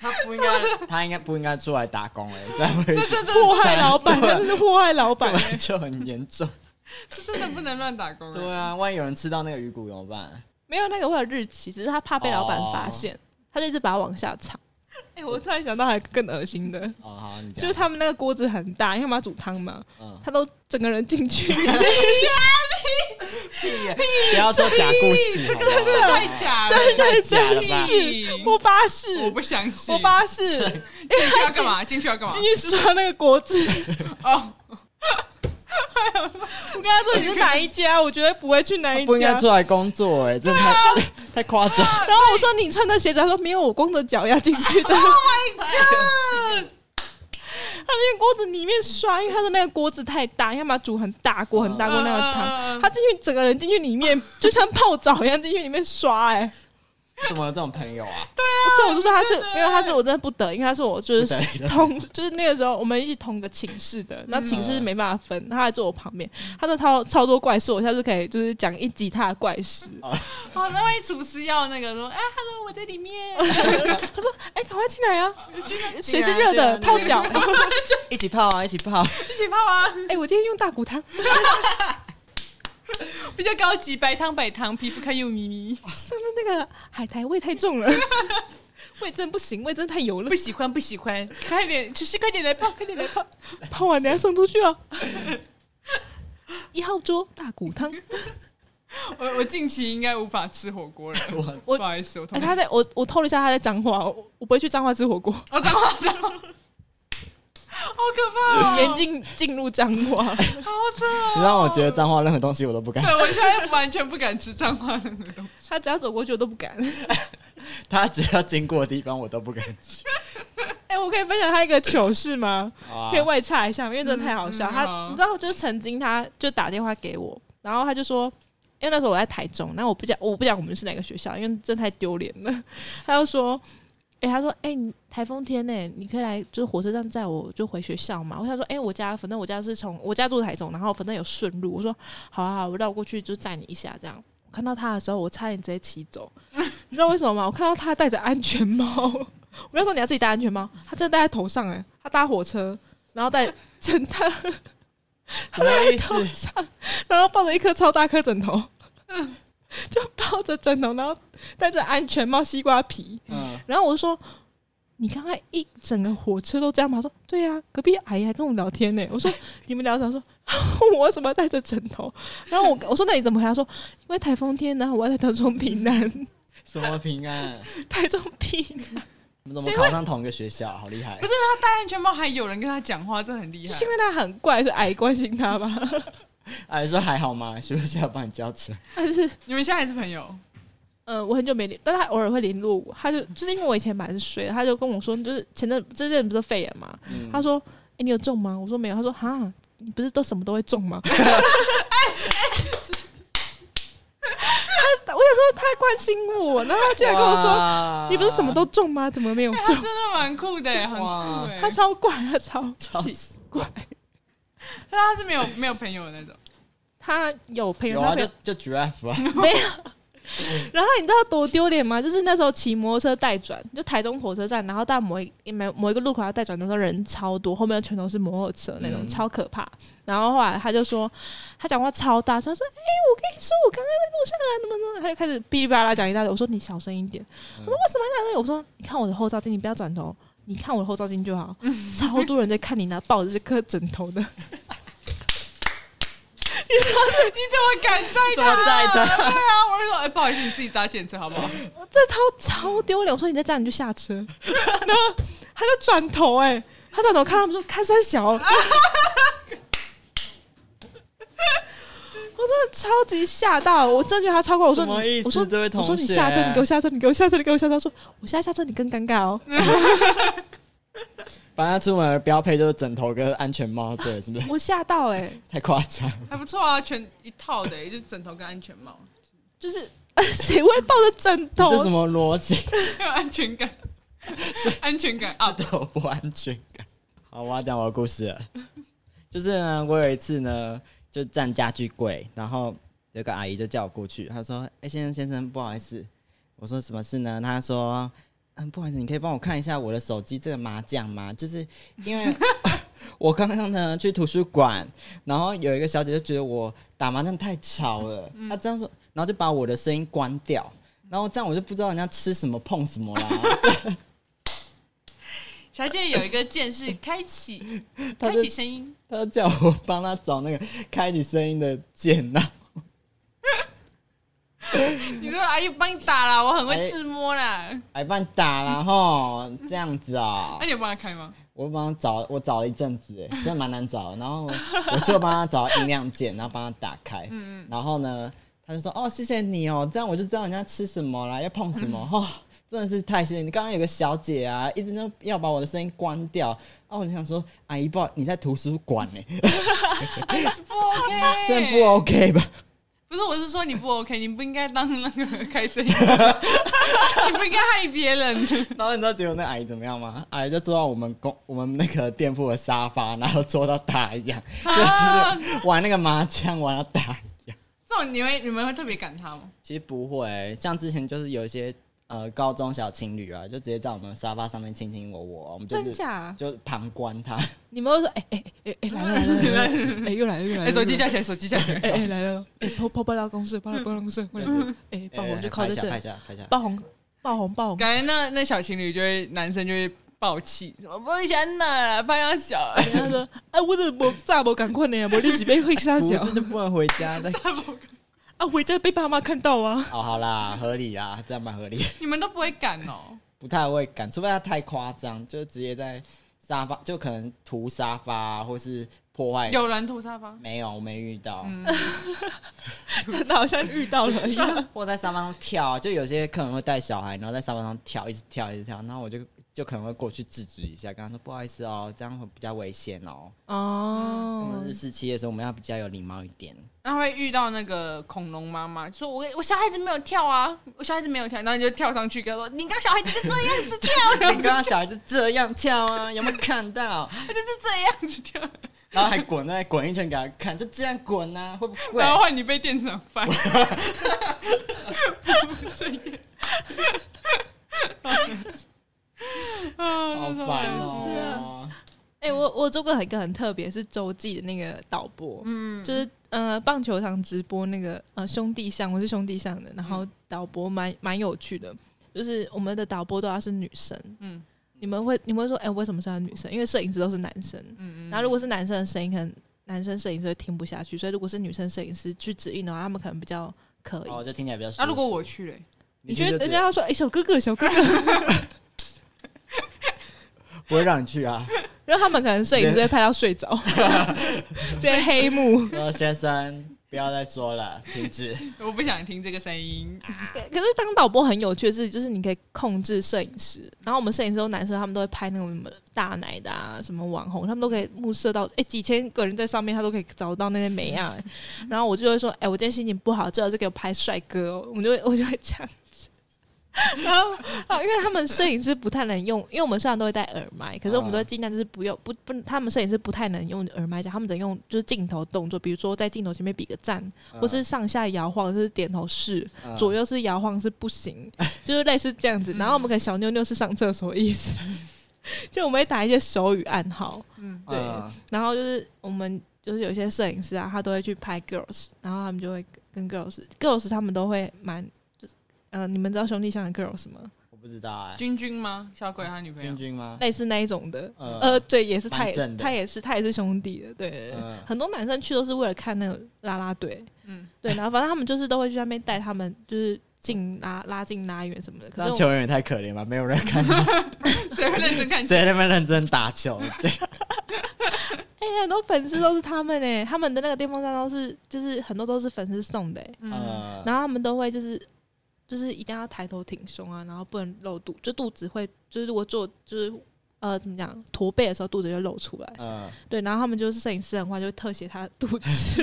[SPEAKER 2] 他不应该，他应该不应该出来打工哎、这样会
[SPEAKER 3] 祸害
[SPEAKER 2] (laughs)
[SPEAKER 3] 老板，他真是祸害老板。
[SPEAKER 2] 本来 (laughs) 就很严重。
[SPEAKER 1] 这真的不能乱打工、欸。
[SPEAKER 2] 对啊，万一有人吃到那个鱼骨怎么办？
[SPEAKER 3] 没有那个会有日期，只是他怕被老板发现，他就一直把它往下藏。啊哎、我突然想到还更恶心的，
[SPEAKER 2] 哦，好，你
[SPEAKER 3] 就
[SPEAKER 2] 讲
[SPEAKER 3] 是。他们那个锅子很大，因为他们要煮汤嘛，
[SPEAKER 2] 嗯，
[SPEAKER 3] 他都整个人进 (laughs) 去，
[SPEAKER 2] 屁耶不要说假故事，
[SPEAKER 1] 这个
[SPEAKER 2] 好
[SPEAKER 1] 真
[SPEAKER 2] 不
[SPEAKER 1] 的
[SPEAKER 2] 好
[SPEAKER 1] 太假了，
[SPEAKER 3] 真的
[SPEAKER 2] 假了
[SPEAKER 3] 真
[SPEAKER 2] 吧
[SPEAKER 3] 是，我发誓，
[SPEAKER 1] 我不相信。
[SPEAKER 3] 我发誓，
[SPEAKER 1] 进去要干 (laughs) 嘛？进去要干嘛
[SPEAKER 3] 进？去刷那个锅子。
[SPEAKER 1] 哦，
[SPEAKER 3] (laughs) 我跟他说你是哪一家，我绝对不会去哪一
[SPEAKER 2] 不应该
[SPEAKER 3] 家。啊
[SPEAKER 2] 出来工作哎、这太 (laughs) 太夸张。
[SPEAKER 3] 然后我说你穿的鞋子，他说没有，我光着脚丫进去的。Oh my god！他进锅子里面刷，因为他说那个锅子太大，因为他们要煮很大锅、很大锅那个
[SPEAKER 1] 嗯
[SPEAKER 3] 汤。
[SPEAKER 1] 嗯嗯嗯
[SPEAKER 3] 他进去整个人进去里面，就像泡澡一样进去里面刷、哎，
[SPEAKER 2] (laughs) 怎么有这种朋友啊？
[SPEAKER 3] 所以我就说他是
[SPEAKER 1] 真的欸
[SPEAKER 3] 没有，他是我真的不得，因为他是我就
[SPEAKER 2] 不 (laughs)
[SPEAKER 3] 是
[SPEAKER 2] 得
[SPEAKER 3] 同，就是那个时候我们一起同个寝室的，那寝室没办法分，他还坐我旁边，他的超超多怪事，我下次可以就是讲一集他的怪事。
[SPEAKER 2] 哦
[SPEAKER 1] 好，哦那万一厨师要那个说，哎，hello，我在里面，
[SPEAKER 3] 哎、赶快进来啊！水是
[SPEAKER 2] 进来
[SPEAKER 3] 热的，
[SPEAKER 2] 进来
[SPEAKER 3] 泡脚。
[SPEAKER 2] 一起泡啊，一起
[SPEAKER 3] 哦
[SPEAKER 2] 泡。
[SPEAKER 1] 一起泡啊，
[SPEAKER 3] (laughs) 哎、我今天用大骨汤，
[SPEAKER 1] 呃比较高级，白汤白汤，皮肤看又咪咪，
[SPEAKER 3] 上次那个海苔味太重了， (laughs) 味真不行，味真太油了
[SPEAKER 1] 不，喜欢不喜欢，快点，厨师快点来泡，快点来泡，
[SPEAKER 3] 泡完等下送出去哦。一号桌大骨汤，
[SPEAKER 1] 我我近期应该无法吃火锅了，
[SPEAKER 2] (laughs) 我
[SPEAKER 1] 不好意思，我
[SPEAKER 3] 哎、
[SPEAKER 1] 同
[SPEAKER 3] 他在我我偷了一下他在彰化，我我不会去彰化吃火锅，
[SPEAKER 1] 我脏话脏话，好可怕、哦，
[SPEAKER 3] (laughs) 严禁进入彰化。
[SPEAKER 1] 好扯哦、
[SPEAKER 2] 你让我觉得脏话，任何东西我都不敢
[SPEAKER 1] 对，我现在完全不敢吃脏话的那东西。
[SPEAKER 3] 他只要走过去我都不敢。
[SPEAKER 2] 他只要经过的地方，我都不敢去。
[SPEAKER 3] 哎、我可以分享他一个糗事吗？
[SPEAKER 2] 好啊
[SPEAKER 3] 可以外插一下，因为真的太好笑。
[SPEAKER 1] 嗯嗯
[SPEAKER 3] 他
[SPEAKER 1] 好
[SPEAKER 3] 你知道，就是曾经他就打电话给我，然后他就说，因为那时候我在台中，那我不讲我不讲我们是哪个学校，因为真的太丢脸了。 (laughs) 他就说，哎、他说，哎、你台风天呢、你可以来就是火车站载我就回学校嘛。我想说，哎、我家反正我家是从我家住台中，然后反正有顺路，我说好啊好啊，我绕过去就载你一下这样。我看到他的时候，我差点直接骑走， (laughs) 你知道为什么吗？我看到他戴着安全帽， (laughs) 我跟他说你要自己戴安全帽，他真的戴在头上哎、他搭火车，然后戴真的，
[SPEAKER 2] 什么
[SPEAKER 3] (laughs)
[SPEAKER 2] 意思
[SPEAKER 3] 头？上，然后抱着一颗超大颗枕头， (laughs) 就抱着枕头，然后戴着安全帽、西瓜皮。
[SPEAKER 2] 嗯，
[SPEAKER 3] 然后我就说：“你刚才一整个火车都这样吗？”他说：“对呀、隔壁阿姨还跟我聊天呢。”我说：“ (laughs) 你们聊什么？”他说：“ (laughs) 我为什么带着枕头？”然后我我说：“那你怎么回答？”他说：“因为台风天，然后我要在台中平南，
[SPEAKER 2] 什么平安？
[SPEAKER 3] 台中平南，
[SPEAKER 2] 我们怎么考上同一个学校？好厉害！
[SPEAKER 1] 不是他戴安全帽，还有人跟他讲话，这很 (laughs) 厉害
[SPEAKER 3] 是。因为他很怪，所以阿姨关心他吧？ (laughs)
[SPEAKER 2] 哎，说还好吗？需不需要帮你交钱？
[SPEAKER 3] 但是
[SPEAKER 1] 你们现在还是朋
[SPEAKER 3] (laughs)
[SPEAKER 1] 友？
[SPEAKER 3] 呃，我很久没联，但他偶尔会联络我。他就就是因为我以前蛮衰的，他就跟我说，就是前阵之前不是肺炎嘛，
[SPEAKER 2] 嗯
[SPEAKER 3] 他说：“哎、你有中吗？”我说：“没有。”他说：“哈，你不是都什么都会中吗？” (laughs) 他他我想说他关心我，然后他居然跟我说
[SPEAKER 2] 说：“
[SPEAKER 3] 你不是什么都中吗？怎么没有
[SPEAKER 1] 哎
[SPEAKER 2] (laughs)
[SPEAKER 3] 中
[SPEAKER 1] 他真的蛮酷的，很
[SPEAKER 2] 哇
[SPEAKER 1] 酷哎。
[SPEAKER 3] 他超怪，他超
[SPEAKER 2] 超
[SPEAKER 3] 奇怪。
[SPEAKER 1] 但他是没有没有朋友的
[SPEAKER 3] (laughs)
[SPEAKER 1] 那种。
[SPEAKER 3] 他有朋友，
[SPEAKER 2] 有啊，
[SPEAKER 3] 他朋
[SPEAKER 2] 就
[SPEAKER 3] 友
[SPEAKER 2] 就 giraffe 啊，
[SPEAKER 3] 没有。 (laughs) 然后你知道多丢脸吗？就是那时候骑摩托车带转，就台中火车站，然后到某一某某一个路口要带转的时候，人超多，后面全都是摩托车那种，
[SPEAKER 2] 嗯
[SPEAKER 3] 超可怕。然后后来他就说，他讲话超大声，他说：“哎、我跟你说，我刚刚在路上啊，怎么怎么。”他就开始噼里啪啦讲一大堆。我说：“你小声一点。我说：“为什么要这样？”我说：“你看我的后照镜，你不要转头，你看我的后照镜就好。超多人在看你拿抱着这颗枕头的。
[SPEAKER 1] 你怎么敢载
[SPEAKER 2] 怎么载
[SPEAKER 1] 他？
[SPEAKER 2] 他
[SPEAKER 1] 对啊，我就说，哎、不好意思，你自己搭检测好不好？ (laughs)
[SPEAKER 3] 我这超超丢脸！我说你再这样你就下车， (laughs) 然后他就转头哎、他转头看他们说看三小，我 (laughs) 真的超级吓到，我真的觉得他超过我我说
[SPEAKER 2] 什么
[SPEAKER 3] 你
[SPEAKER 2] 意思
[SPEAKER 3] 我说
[SPEAKER 2] 这位同
[SPEAKER 3] 我说你
[SPEAKER 2] 学
[SPEAKER 3] 下车，你给我下车，你给我下车，你给我下车。他说我现在下车你更尴尬
[SPEAKER 2] (laughs)
[SPEAKER 3] 哦，
[SPEAKER 2] 反正出门的标配就是枕头跟安全帽，对，是不是？
[SPEAKER 3] 我吓到哎、
[SPEAKER 2] 太夸张了，
[SPEAKER 1] 还不错啊，全一套的、就是枕头跟安全帽， (laughs)
[SPEAKER 3] 就是 (laughs) 谁会抱着枕
[SPEAKER 2] 这是什
[SPEAKER 3] 头？
[SPEAKER 2] 么逻辑？
[SPEAKER 1] 还有安全感，安全感
[SPEAKER 2] 啊，
[SPEAKER 1] 啊！
[SPEAKER 2] (laughs) 都有不安全感。好，我要讲我的故事了。 (laughs) 就是呢，我有一次呢，就站家具柜，然后有个阿姨就叫我过去，她说：“哎、先生先生，不好意思。”我说：“什么事呢？”她说：“嗯，不好意思，你可以帮我看一下我的手机这个麻将吗？就是因为 (laughs) 我刚刚呢去图书馆，然后有一个小姐就觉得我打麻将太吵了，她这样说，然后就把我的声音关掉，然后这样我就不知道人家吃什么碰什么啦。
[SPEAKER 1] 小姐有一个键是开启，
[SPEAKER 2] 他
[SPEAKER 1] 开
[SPEAKER 2] 就
[SPEAKER 1] 启声音，
[SPEAKER 2] 他叫我帮他找那个开你声音的键啊呐、 (laughs)
[SPEAKER 1] 你说阿姨帮你打啦，我很
[SPEAKER 2] 哎
[SPEAKER 1] 会自摸啦。
[SPEAKER 2] 还帮你打啦吼，这样子啊、
[SPEAKER 1] 那、你有帮他开吗？
[SPEAKER 2] 我帮他找，我找了一阵子，哎，真的蛮难找的。然后我就帮他找音量键，然后帮他打开。然后呢，他就说：“哦，谢谢你哦，这样我就知道人家吃什么啦，要碰什么。哦，真的是太谢谢你。刚刚有个小姐啊，一直就要把我的声音关掉。啊，我就想说，阿姨，不好，你在图书馆呢、
[SPEAKER 1] 不 OK，
[SPEAKER 2] 真的不 OK 吧？
[SPEAKER 1] 不是，我是说你不 OK，你不应该当那个开声音的，你不应该害别人。 (laughs)
[SPEAKER 2] 然后你知道结果那阿姨怎么样吗？阿姨就坐到我们公我们那个店铺的沙发，然后坐到打
[SPEAKER 3] (laughs)
[SPEAKER 2] 烊，
[SPEAKER 1] 啊
[SPEAKER 2] 就就是玩那个麻将玩到打烊。
[SPEAKER 1] 这种你会你们会特别赶他吗？
[SPEAKER 2] 其实不会、像之前就是有一些呃高中小情侣啊，就直接在我们沙发上面卿卿我啊我，我们就
[SPEAKER 3] 真
[SPEAKER 2] 是
[SPEAKER 3] 假？
[SPEAKER 2] 就旁观
[SPEAKER 3] (laughs)
[SPEAKER 2] 他。
[SPEAKER 3] 你们会说哎哎哎哎来了来
[SPEAKER 2] (laughs)
[SPEAKER 3] 了来了，哎又来了又来
[SPEAKER 1] 哎、
[SPEAKER 3] 了，
[SPEAKER 1] 手机架起来，手机架起来。 (laughs)
[SPEAKER 3] 哎哎来了，哎跑跑爆料公司，
[SPEAKER 2] 嗯
[SPEAKER 3] 爆料公司，快点！哎爆红就靠在
[SPEAKER 2] 拍一下
[SPEAKER 3] 这
[SPEAKER 2] 拍一，下拍一下。
[SPEAKER 3] 爆红爆红爆红，
[SPEAKER 1] 感觉那那小情侣就会男生就会爆气，什么不想哪拍要小， (laughs)
[SPEAKER 3] 然后说哎我怎么咋不赶快呢？我历史被会杀
[SPEAKER 2] 不
[SPEAKER 3] 小
[SPEAKER 2] 是就不能回家
[SPEAKER 3] (laughs)
[SPEAKER 2] 的
[SPEAKER 3] 啊！回家被爸妈看到啊！ (laughs)
[SPEAKER 2] 哦，好啦，合理啦，这样蛮合理，
[SPEAKER 1] 你们都不会赶哦。
[SPEAKER 2] 不太会敢，除非他太夸张，就直接在沙发，就可能涂沙发、啊、或是破坏
[SPEAKER 1] 有人吐沙发，
[SPEAKER 2] 没有，我没遇到。
[SPEAKER 3] 嗯
[SPEAKER 2] (laughs)
[SPEAKER 3] 真的好像遇到了一样。
[SPEAKER 2] 或在沙发上跳啊，就有些客人会带小孩，然后在沙发上跳，一直跳，一直跳，然后我就就可能会过去制止一下，跟他说不好意思哦，这样会比较危险哦。嗯我
[SPEAKER 3] 哦
[SPEAKER 2] 们日，式企业的时候，我们要比较有礼貌一点。
[SPEAKER 1] 那会遇到那个恐龙妈妈，说我我小孩子没有跳啊，我小孩子没有跳，然后你就跳上去跟他说，你刚小孩子就这样子跳，
[SPEAKER 2] 你刚刚小孩就这样跳啊，有没有看到？
[SPEAKER 1] 他就是这样子跳，
[SPEAKER 2] 然后还滚，再滚一圈给他看，就这样滚啊，会不会
[SPEAKER 1] 然？后换你被店长翻，
[SPEAKER 2] 哦好烦哦！
[SPEAKER 3] 哎、我我做过一个很特别，是洲际的那个导播，
[SPEAKER 1] 嗯，
[SPEAKER 3] 就是呃棒球场直播那个呃兄弟相，我是兄弟相的，
[SPEAKER 2] 嗯
[SPEAKER 3] 然后导播蛮蛮有趣的，就是我们的导播都要是女生，
[SPEAKER 1] 嗯
[SPEAKER 3] 你们会你们会说，哎、为什么是她女生？因为摄影师都是男生，
[SPEAKER 1] 嗯嗯，
[SPEAKER 3] 然后如果是男生的声音，可能男生摄影师会听不下去，所以如果是女生摄影师去指引的话，他们可能比较可以。
[SPEAKER 2] 哦，就听起来比较舒服。
[SPEAKER 1] 那如果我去嘞，
[SPEAKER 3] 你觉得人
[SPEAKER 2] 就
[SPEAKER 3] 家要说，哎、小哥哥，小哥哥， (laughs)
[SPEAKER 2] 不会让你去啊？
[SPEAKER 3] 然后他们可能摄影师会拍到
[SPEAKER 2] (laughs)
[SPEAKER 3] 睡着，这黑幕。
[SPEAKER 2] 说先生，不要再说了，停止。
[SPEAKER 1] 我不想听这个声音。
[SPEAKER 3] 可可是当导播很有趣的是，就是你可以控制摄影师，然后我们摄影师都男生，他们都会拍那种什么大奶的啊，什么网红，他们都可以目测到，哎、几千个人在上面，他都可以找到那些美啊。然后我就会说，哎、我今天心情不好，最好是给我拍帅哥哦，我就会我就会这样子。然后啊，因为他们摄影师不太能用，因为我们虽然都会戴耳麦，可是我们都会尽量就是不用不不，他们摄影师不太能用耳麦讲，他们只能用就是镜头动作，比如说在镜头前面比个赞， (laughs) 或是上下摇晃，就是点头示，
[SPEAKER 2] 嗯
[SPEAKER 3] 左右是摇晃是
[SPEAKER 2] (laughs)
[SPEAKER 3] 不行，就是类似这样子。然后我们可能小妞妞是上厕所的意思， (laughs) 就我们会打一些手语暗号，
[SPEAKER 1] 嗯，
[SPEAKER 3] 对
[SPEAKER 2] 嗯
[SPEAKER 3] 然后就是我们就是有一些摄影师啊，他都会去拍 girls，然后他们就会跟 girls girls 他们都会蛮就是呃，你们知道兄弟像的 girls 吗？
[SPEAKER 2] 我不知道哎，
[SPEAKER 1] 君君吗？小鬼他女朋友
[SPEAKER 2] 君。君吗？
[SPEAKER 3] 类似那一种的，
[SPEAKER 2] 嗯
[SPEAKER 3] 呃，对，也是他
[SPEAKER 2] 蛮
[SPEAKER 3] 也
[SPEAKER 2] 正的
[SPEAKER 3] 他也是他也是兄弟的，对对对，
[SPEAKER 2] 嗯
[SPEAKER 3] 很多男生去都是为了看那个啦啦队，
[SPEAKER 1] 嗯，
[SPEAKER 2] (laughs)
[SPEAKER 3] 对，然后反正他们就是都会去那边带他们，就是进拉拉近拉远什么的。可
[SPEAKER 2] 那
[SPEAKER 3] 是
[SPEAKER 2] 球
[SPEAKER 3] 我
[SPEAKER 2] 员也太可怜了，没有人看，
[SPEAKER 1] 谁会认真看？
[SPEAKER 2] 谁在那边认真打球？
[SPEAKER 3] 嗯
[SPEAKER 2] 对，
[SPEAKER 3] (laughs) 哎、很多粉丝都是他们哎、他们的那个电风扇都是就是很多都是粉丝送的、欸，
[SPEAKER 1] 嗯，
[SPEAKER 2] 嗯，
[SPEAKER 3] 然后他们都会就是就是一定要抬头挺胸啊，然后不能露肚，就肚子会就是如果做就是呃怎么讲驼背的时候肚子就露出来，
[SPEAKER 2] 嗯，
[SPEAKER 3] 对，然后他们就是摄影师的话就会特写他的肚 子，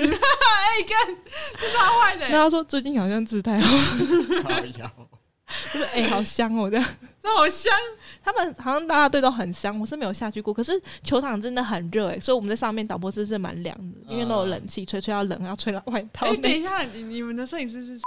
[SPEAKER 1] (laughs) 哎，看，这超坏的
[SPEAKER 3] 然
[SPEAKER 1] 欸，
[SPEAKER 3] 后说最近好像姿态好，
[SPEAKER 2] 靠
[SPEAKER 3] (laughs)
[SPEAKER 2] 腰
[SPEAKER 3] 就是哎、好香哦这样。
[SPEAKER 1] 这好香。
[SPEAKER 3] 他们好像大家队都很香，我是没有下去过。可是球场真的很热哎、所以我们在上面导播室是蛮凉的，因为都有冷气，吹吹到冷，要吹到外套。
[SPEAKER 1] 哎，等一下，你你们的摄影师是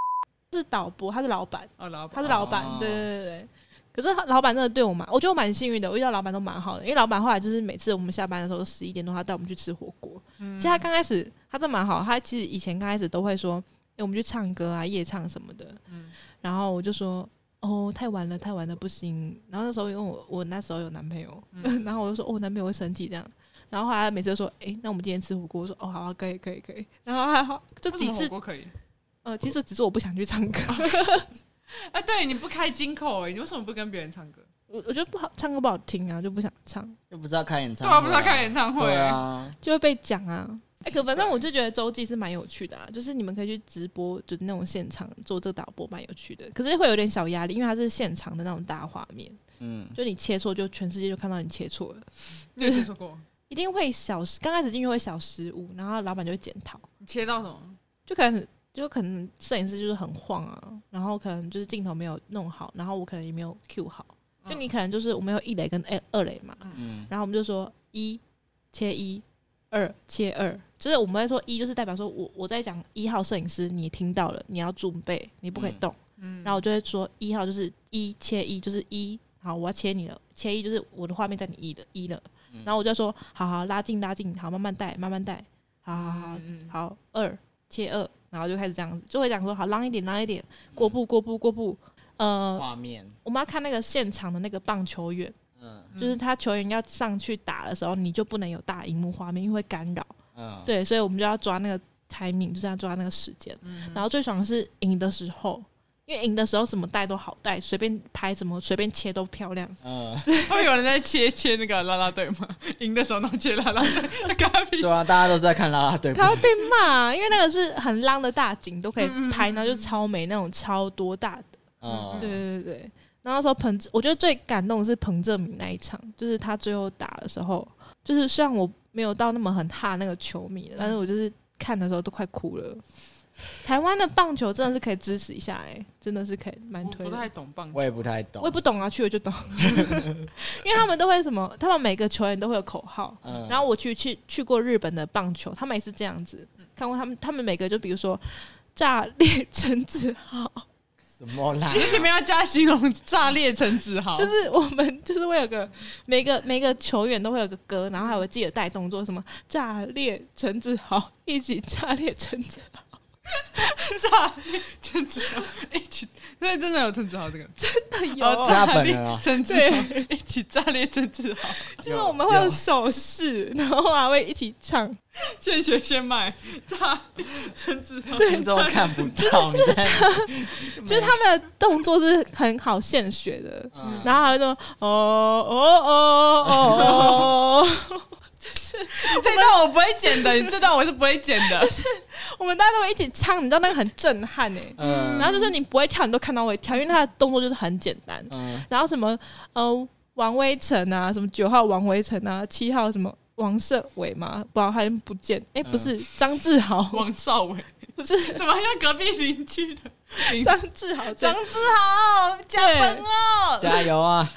[SPEAKER 3] 是导播，他是老板，
[SPEAKER 1] 哦，老
[SPEAKER 3] 他
[SPEAKER 1] 板
[SPEAKER 3] 是老板，
[SPEAKER 2] 哦
[SPEAKER 3] 对对对对。可是老板真的对我蛮，我觉得我蛮幸运的，我遇到老板都蛮好的，因为老板后来就是每次我们下班的时候十一点多，他带我们去吃火锅。
[SPEAKER 1] 嗯
[SPEAKER 3] 其实他刚开始他真的蛮好，他其实以前刚开始都会说，哎、我们去唱歌啊，夜唱什么的。
[SPEAKER 1] 嗯
[SPEAKER 3] 然后我就说，哦，太晚了，太晚了，不行。然后那时候因为我我那时候有男朋友，
[SPEAKER 1] 嗯
[SPEAKER 3] (laughs) 然后我就说，哦，我男朋友会生气这样。然后后来他每次就说，哎、那我们今天吃火锅，我说，哦，好、啊，可以，可以，可以。然后还好，就
[SPEAKER 1] 为什
[SPEAKER 3] 几
[SPEAKER 1] 么火
[SPEAKER 3] 次，
[SPEAKER 1] 锅啊可以？
[SPEAKER 3] 呃，其实只是我不想去唱歌，
[SPEAKER 1] 哎，对你不开金口哎，你为什么不跟别人唱歌？
[SPEAKER 3] 我我觉得不好，唱歌不好听啊，就不想唱，
[SPEAKER 2] 又不知道开演唱
[SPEAKER 1] 对
[SPEAKER 2] 会啊，
[SPEAKER 1] 啊，不知道开演唱会
[SPEAKER 2] 对
[SPEAKER 1] 欸，
[SPEAKER 2] 啊，
[SPEAKER 3] 就会被讲啊。哎、可反正我就觉得周记是蛮有趣的啊，就是你们可以去直播，就是那种现场做这个导播蛮有趣的，可是会有点小压力，因为它是现场的那种大画面，
[SPEAKER 2] 嗯，
[SPEAKER 3] 就你切错，就全世界就看到你切错了。
[SPEAKER 1] 你有接触过？
[SPEAKER 3] 一定会小失，刚开始进去会小失误，然后老板就会检讨，
[SPEAKER 1] 你切到什么？
[SPEAKER 3] 就可能就可能摄影师就是很晃啊，然后可能就是镜头没有弄好，然后我可能也没有 Q 好，就你可能就是我们有一垒跟二二垒嘛，
[SPEAKER 2] 嗯，
[SPEAKER 3] 然后我们就说一切一，二切二，就是我们会说一就是代表说我我在讲一号摄影师，你听到了，你要准备，你不可以
[SPEAKER 2] 嗯
[SPEAKER 3] 动。
[SPEAKER 1] 嗯，
[SPEAKER 3] 然后我就会说一号就是一切一就是一，好，我要切你了，切一就是我的画面在你一了一了，
[SPEAKER 2] 嗯
[SPEAKER 3] 然后我就说好好拉近拉近，好慢慢带慢慢带，好好好
[SPEAKER 1] 嗯嗯
[SPEAKER 3] 好好二切二，然后就开始这样子，就会讲说好让一点让一点，过
[SPEAKER 1] 嗯
[SPEAKER 3] 步过步过步，呃，
[SPEAKER 2] 画面，
[SPEAKER 3] 我们要看那个现场的那个棒球员，
[SPEAKER 2] 嗯
[SPEAKER 3] 就是他球员要上去打的时候，你就不能有大荧幕画面，因为会干扰，
[SPEAKER 1] 哦
[SPEAKER 2] 嗯，
[SPEAKER 3] 对，所以我们就要抓那个 timing，就是要抓那个时间。
[SPEAKER 1] 嗯
[SPEAKER 3] 然后最爽的是赢的时候，因为赢的时候什么带都好带，随便拍什么随便切都漂亮。
[SPEAKER 2] 嗯，
[SPEAKER 1] 会有人在切切那个啦啦队吗？赢的时候弄切啦啦队，那跟他比
[SPEAKER 2] 对啊，大家都是在看啦啦队，
[SPEAKER 3] 他会被骂，因为那个是很浪的大景都可以
[SPEAKER 1] 嗯嗯嗯
[SPEAKER 3] 拍，然后就超美那种超多大的，
[SPEAKER 2] 嗯，
[SPEAKER 3] 对对对对。然后那时候彭志，我觉得最感动的是彭正明那一场，就是他最后打的时候，就是虽然我没有到那么很怕那个球迷的，但是我就是看的时候都快哭了。台湾的棒球真的是可以支持一下、哎，真的是可以蛮
[SPEAKER 1] 我
[SPEAKER 3] 推
[SPEAKER 1] 不
[SPEAKER 3] 的。
[SPEAKER 1] 太懂棒球
[SPEAKER 2] 我，也不太懂，
[SPEAKER 3] 我也不懂啊，去了就懂， (laughs) 因为他们都会什么，他们每个球员都会有口号。
[SPEAKER 2] 嗯
[SPEAKER 3] 然后我去去去过日本的棒球，他们也是
[SPEAKER 1] 嗯
[SPEAKER 3] 这样子，看过他们，他们每个就比如说炸裂陈子豪，
[SPEAKER 2] 什么啦
[SPEAKER 1] 你？前面要加形容炸裂陈子豪，
[SPEAKER 3] 就是我们就是会有个每个每个球员都会有个歌，然后还有自己的带动作，什么炸裂陈子豪，一起炸裂陈子豪，
[SPEAKER 1] 炸裂陈子豪一起，所以真的有陈子豪这个，
[SPEAKER 3] 真的
[SPEAKER 1] (laughs)
[SPEAKER 3] 有
[SPEAKER 1] 哦
[SPEAKER 2] 这
[SPEAKER 1] 炸
[SPEAKER 2] 他本
[SPEAKER 1] 裂
[SPEAKER 2] 人啊
[SPEAKER 1] 陈 (laughs) 子豪一起炸裂陈子豪，
[SPEAKER 3] (laughs) 就是我们会有手势，然后还会一起唱，
[SPEAKER 1] 现学现卖，炸裂陈子豪，
[SPEAKER 2] 听众看不到，你在
[SPEAKER 3] 就是他们的动作是很好现学的，
[SPEAKER 2] 嗯
[SPEAKER 3] (laughs) 然后还会说哦哦哦哦哦，
[SPEAKER 1] 这段我不会剪的，你这段我是不会剪的。
[SPEAKER 3] 我们大家都会一起唱，你知道那个很震撼哎、
[SPEAKER 2] 嗯
[SPEAKER 3] 然后就是你不会跳，你都看到我会跳，因为他的动作就是很简单。
[SPEAKER 2] 嗯
[SPEAKER 3] 然后什么呃王威成啊，什么九号王威成啊，七号什么王胜伟嘛，不好像不见，哎、不是张志豪，
[SPEAKER 1] 王少伟
[SPEAKER 3] (laughs) 不是
[SPEAKER 1] 怎么好像隔壁邻居的名字？
[SPEAKER 3] 张志豪，张
[SPEAKER 1] 志豪加
[SPEAKER 3] 分
[SPEAKER 1] 哦！
[SPEAKER 2] 加油啊！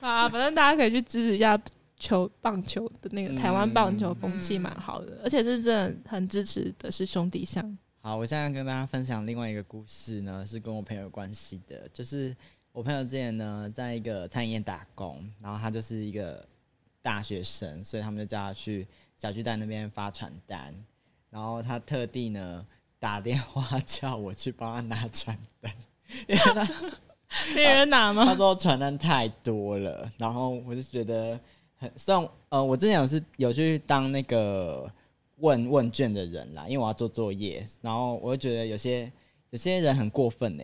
[SPEAKER 3] 啊，反正大家可以去支持一下球棒球的那个台湾棒球风气蛮好的，而且是真的很支持的是兄弟相，
[SPEAKER 2] 好，我现在跟大家分享另外一个故事呢，是跟我朋友有关系的，就是我朋友之前呢，在一个餐饮业打工，然后他就是一个大学生，所以他们就叫他去小巨蛋那边发传单，然后他特地呢打电话 (laughs) 叫我去帮他拿传单，因为他
[SPEAKER 3] 没人
[SPEAKER 2] 他
[SPEAKER 3] 拿吗？
[SPEAKER 2] 说传单太多了，然后我就觉得很虽然呃，我之前有是有去当那个问问卷的人啦，因为我要做作业，然后我就觉得有些有些人很过分呢、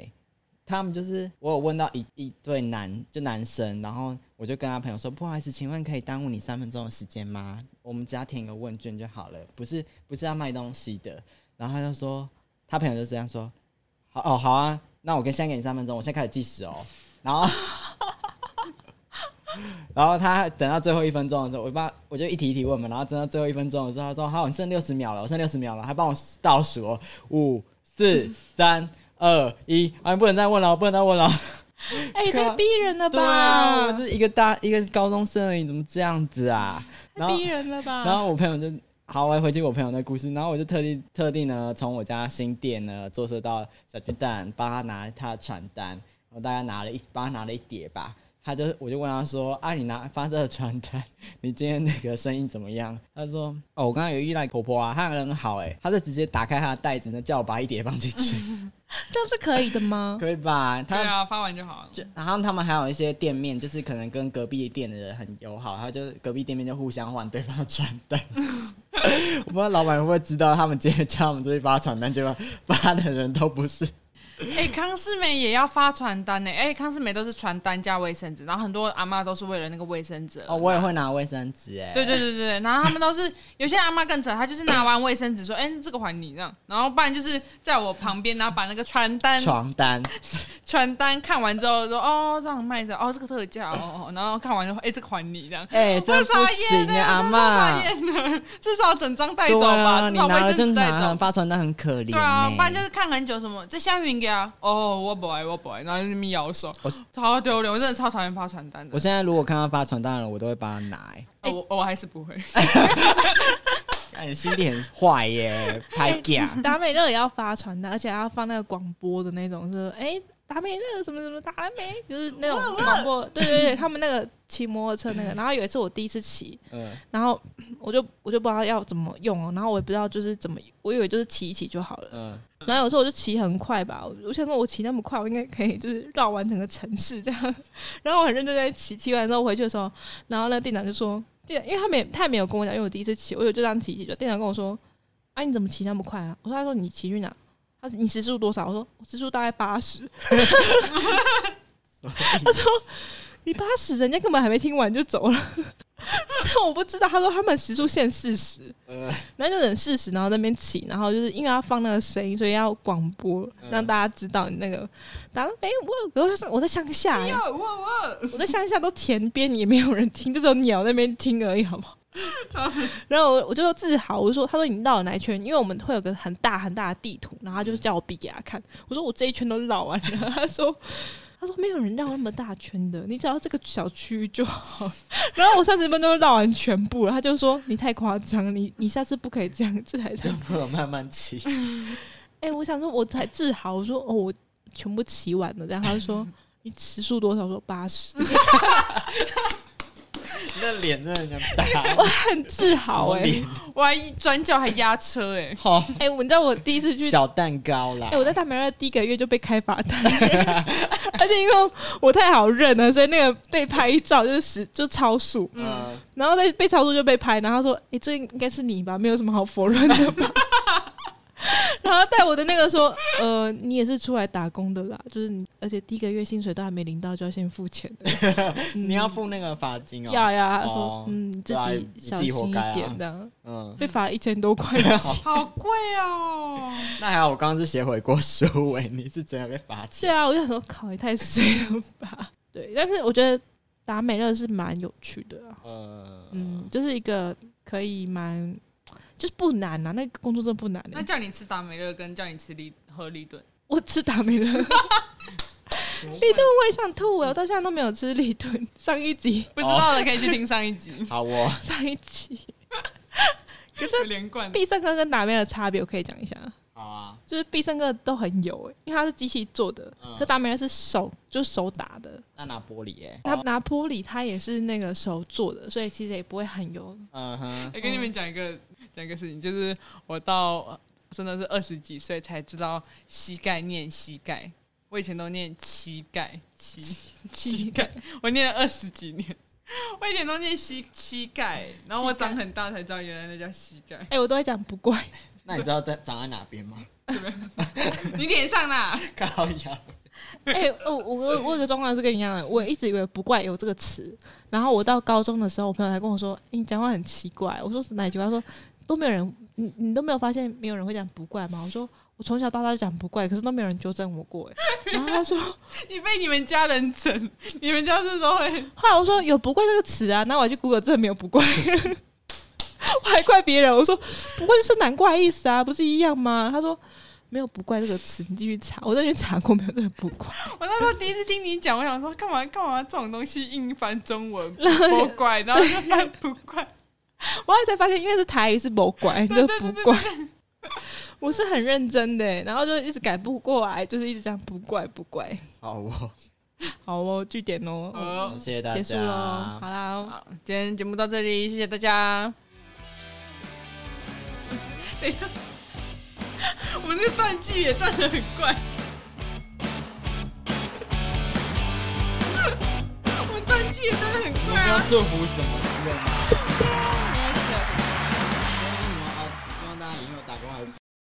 [SPEAKER 2] 他们就是我有问到一一对男就男生，然后我就跟他朋友说，不好意思，请问可以耽误你三分钟的时间吗？我们只要填一个问卷就好了，不是不是要卖东西的。然后他就说，他朋友就这样说，好哦好啊，那我跟先给你三分钟，我现在开始计时哦。然后然后他等到最后一分钟的时候，我帮我就一题一题问嘛，然后等到最后一分钟的时候，他说：“好，你剩六十秒了，我剩六十秒了。”他帮我倒数哦，五、四、三、二、一，啊，你不能再问了，不能再问了。
[SPEAKER 3] 哎、太逼人了
[SPEAKER 2] 对啊，
[SPEAKER 3] 吧！
[SPEAKER 2] 我这一个大一个高中生而已，怎么这样子啊？然
[SPEAKER 3] 太
[SPEAKER 2] 后
[SPEAKER 3] 逼人了吧！
[SPEAKER 2] 然后我朋友就好，我要回去我朋友那故事，然后我就特地特地呢从我家新店呢坐车到小巨蛋，帮他拿他的传单，然后大概拿了一帮他拿了一叠吧。他就我就问他说：“啊，你拿发这个传单，你今天那个生意怎么样？”他说：“哦，我刚刚有遇到婆婆啊，她人很好哎、她就直接打开她的袋子呢，叫我把一叠放进去，
[SPEAKER 3] 这样是可以的吗？
[SPEAKER 2] 可以
[SPEAKER 1] (laughs)
[SPEAKER 2] 吧？
[SPEAKER 1] 对
[SPEAKER 2] 她
[SPEAKER 1] 啊，发完就好了。
[SPEAKER 2] 就然后他们还有一些店面，就是可能跟隔壁店的人很友好，然后就是隔壁店面就互相换对方的传单。 (laughs) 我不知道老板会不会知道，他们直接叫他们出去发传单，结果发的人都不是。
[SPEAKER 1] 哎、康世美也要发传单呢、哎、康世美都是传单加卫生纸，然后很多阿妈都是为了那个卫生纸。
[SPEAKER 2] (laughs) 哦，我也会拿卫生纸哎、
[SPEAKER 1] 对对对对，然后他们都是有些阿妈更扯，她就是拿完卫生纸说：“哎、这个还你。”这样，然后不然就是在我旁边，然后把那个传单
[SPEAKER 2] 床单，
[SPEAKER 1] 传单看完之后说：“哦，这样卖着，哦，这个特价哦。哦”然后看完之后，哎、这个还你这样。
[SPEAKER 2] 哎、
[SPEAKER 1] 这
[SPEAKER 2] 这不行哎、阿妈，
[SPEAKER 1] (laughs) 至少整张带走
[SPEAKER 2] 对
[SPEAKER 1] 吧，
[SPEAKER 2] 啊，
[SPEAKER 1] 至
[SPEAKER 2] 你
[SPEAKER 1] 少
[SPEAKER 2] 拿
[SPEAKER 1] 卫
[SPEAKER 2] 了就
[SPEAKER 1] 生纸带
[SPEAKER 2] 拿了，
[SPEAKER 1] 走。
[SPEAKER 2] 发传单很可怜、欸。
[SPEAKER 1] 对啊，不然就是看很久什么，这香云给啊，哦，我不爱，我不爱，然后就那边摇手
[SPEAKER 2] 我，
[SPEAKER 1] 超丢脸，我真的超讨厌发传单的
[SPEAKER 2] 我。现在如果看到发传单的人，我都会帮他拿、欸。
[SPEAKER 1] 哦我我还是不会， (laughs)
[SPEAKER 2] 哎，你心里很坏耶、拍假。
[SPEAKER 3] 达美乐也要发传单，而且还要放那个广播的那种，就是哎。达美乐什么什么达美，就是那种广播，对对对，他们那个骑摩托车那个。然后有一次我第一次骑，
[SPEAKER 2] (laughs) 嗯，
[SPEAKER 3] 然后我就我就不知道要怎么用哦，然后我也不知道就是怎么，我以为就是骑一骑就好了。
[SPEAKER 2] (laughs) 嗯
[SPEAKER 3] 然后有时候我就骑很快吧，我我想说我骑那么快，我应该可以就是绕完整个城市这样。然后我很认真在骑，骑完之后回去的时候，然后那个店长就说，店因为他没他也没有跟我讲，因为我第一次骑，我有就这样骑一骑，就店长跟我说，啊你怎么骑那么快啊？我说他说你骑去哪？他说你时速多少？我说我时速大概八十。他说你八十，人家根本还没听完就走了， (laughs) 就是我不知道。他说他们时速限四十，
[SPEAKER 2] 呃
[SPEAKER 3] 那就等四十，然后在那边起，然后就是因为要放那个声音，所以要广播
[SPEAKER 2] 嗯
[SPEAKER 3] 让大家知道你那个。打了没我，我就是我在乡下、欸，
[SPEAKER 1] 我我
[SPEAKER 3] 我在乡下都田边也没有人听，就只有鸟在那边听而已，好不 (laughs) 好？然后我我就自豪，我就说，他说你绕了哪一圈？因为我们会有个很大很大的地图，然后他就叫我比给他看。我说我这一圈都绕完了，他说他说没有人绕那么大圈的，你只要这个小区域就好了。 (laughs) 然后我三十分钟就绕完全部了，他就说你太夸张了，你你下次不可以这样，这才这样。
[SPEAKER 2] 不能慢慢骑。
[SPEAKER 3] 哎、我想说我才自豪，我说哦我。全部骑完了，然后他
[SPEAKER 2] (laughs)
[SPEAKER 3] 就说你时速多少？我说八十，
[SPEAKER 2] (laughs)
[SPEAKER 3] (laughs)
[SPEAKER 2] 那脸真的很想打， (laughs)
[SPEAKER 3] 很自豪哎、
[SPEAKER 2] 什么
[SPEAKER 1] 我还转角还压车哎、
[SPEAKER 2] 脸好
[SPEAKER 3] (laughs) 哎、我你知道我第一次去
[SPEAKER 2] 小蛋糕啦
[SPEAKER 3] 哎、。我在大梅二第一个月就被开罚
[SPEAKER 2] (laughs)
[SPEAKER 3] 单， (laughs) 而且因为我太好认了，所以那个被拍照就是时就超速，
[SPEAKER 2] 嗯，
[SPEAKER 3] 然后在被超速就被拍，然后他说：“哎、这应该是你吧？没有什么好否认的
[SPEAKER 1] (laughs)
[SPEAKER 3] 吧？” (laughs) 然后带我的那个说：“呃，你也是出来打工的啦，就是你，而且第一个月薪水都还没领到，就要先付钱的。
[SPEAKER 2] 你要付那个罚金哦。
[SPEAKER 3] 要呀，他说：“
[SPEAKER 2] 哦
[SPEAKER 3] 嗯，你自
[SPEAKER 2] 对啊
[SPEAKER 3] 己
[SPEAKER 2] 你自己
[SPEAKER 3] 小心
[SPEAKER 2] 活
[SPEAKER 3] 一
[SPEAKER 2] 该啊
[SPEAKER 3] 点这样
[SPEAKER 2] 嗯，
[SPEAKER 3] 被罚一千多块钱。
[SPEAKER 1] 好贵哦、
[SPEAKER 2] 那还好，我刚刚是写悔过书哎，你是真的被罚
[SPEAKER 3] 对
[SPEAKER 2] 钱。
[SPEAKER 3] 啊，我就想说，靠，也太衰了 (laughs) 吧？对，但是我觉得达美乐是蛮有趣的啊、
[SPEAKER 2] 嗯，
[SPEAKER 3] 嗯，就是一个可以蛮，就是不难啊，那个工作真的不难、欸。
[SPEAKER 1] 那叫你吃达美乐跟叫你吃利喝利顿，
[SPEAKER 3] (laughs) 我吃达美乐，立顿我也想吐哎，我到现在都没有吃立顿。上一集， (laughs)
[SPEAKER 1] 不知道的可以去听上一集，
[SPEAKER 2] 好哦，
[SPEAKER 3] 上一集，
[SPEAKER 1] 可是连贯
[SPEAKER 3] 必胜客跟达美乐的差别我可以讲一下，
[SPEAKER 2] 好啊，
[SPEAKER 3] 就是必胜客都很油哎、因为它是机器做的，
[SPEAKER 2] 嗯
[SPEAKER 3] 可达美乐是手就是手打的，
[SPEAKER 2] 那拿玻璃哎，
[SPEAKER 3] 它拿玻璃它也是那个手做的，所以其实也不会很油。
[SPEAKER 2] 嗯哼，
[SPEAKER 1] 哎我跟你们讲一个讲一个事情，就是我到真的是二十几岁才知道膝盖念膝盖，我以前都念膝盖膝膝盖，我念了二十几年，我以前都念膝膝盖，然后我
[SPEAKER 3] 膝盖
[SPEAKER 1] 长很大才知道原来那叫膝 (laughs) 盖，
[SPEAKER 3] 哎、我都会讲不怪，
[SPEAKER 2] 那你知道在长在哪边
[SPEAKER 3] (laughs)
[SPEAKER 2] 吗？
[SPEAKER 1] 你脸上啦，
[SPEAKER 2] 高腰。
[SPEAKER 3] (laughs) 哎、我我我我有个状况是跟你一样的，我一直以为不怪有这个词，然后我到高中的时候，我朋友才跟我说，欸你讲话很奇怪。我说是哪里奇怪？他说都没有人，你你都没有发现没有人会讲不怪吗？我说我从小到大就讲不怪，可是都没有人纠正我过。哎，然后他说，
[SPEAKER 1] 你被你们家人整，你们家是都会。
[SPEAKER 3] 后来我说有不怪这个词啊，那我还去 Google 真的没有不怪。 (laughs) 我还怪别人，我说不怪就是难怪的意思啊，不是一样吗？他说没有不怪这个词，你继续查，我再去查过没有这个不怪。
[SPEAKER 1] 我那时候第一次听你讲，我想说干嘛干嘛这种东西硬翻中文不怪，然后就翻不怪。
[SPEAKER 3] 我后来才发现，因为是台语是不怪，你
[SPEAKER 1] 对
[SPEAKER 3] (laughs) 就
[SPEAKER 1] 对
[SPEAKER 3] 不
[SPEAKER 1] 对对
[SPEAKER 3] 怪。 (laughs) 我是很认真的欸，然后就一直改不过来，就是一直这样不怪不怪。
[SPEAKER 2] 好哦，嗯
[SPEAKER 3] 好哦，据点哦，
[SPEAKER 1] 哦
[SPEAKER 2] 谢谢大家，
[SPEAKER 3] 结束喽，好啦，哦
[SPEAKER 1] 好，今天节目到这里，谢谢大家。 (laughs) 等一下， (laughs) 我们这个断句也断的很 (laughs) 怪，我们断句也断的很
[SPEAKER 2] 我
[SPEAKER 1] 快
[SPEAKER 2] 们要
[SPEAKER 1] 啊！
[SPEAKER 2] 祝福什么之类的吗？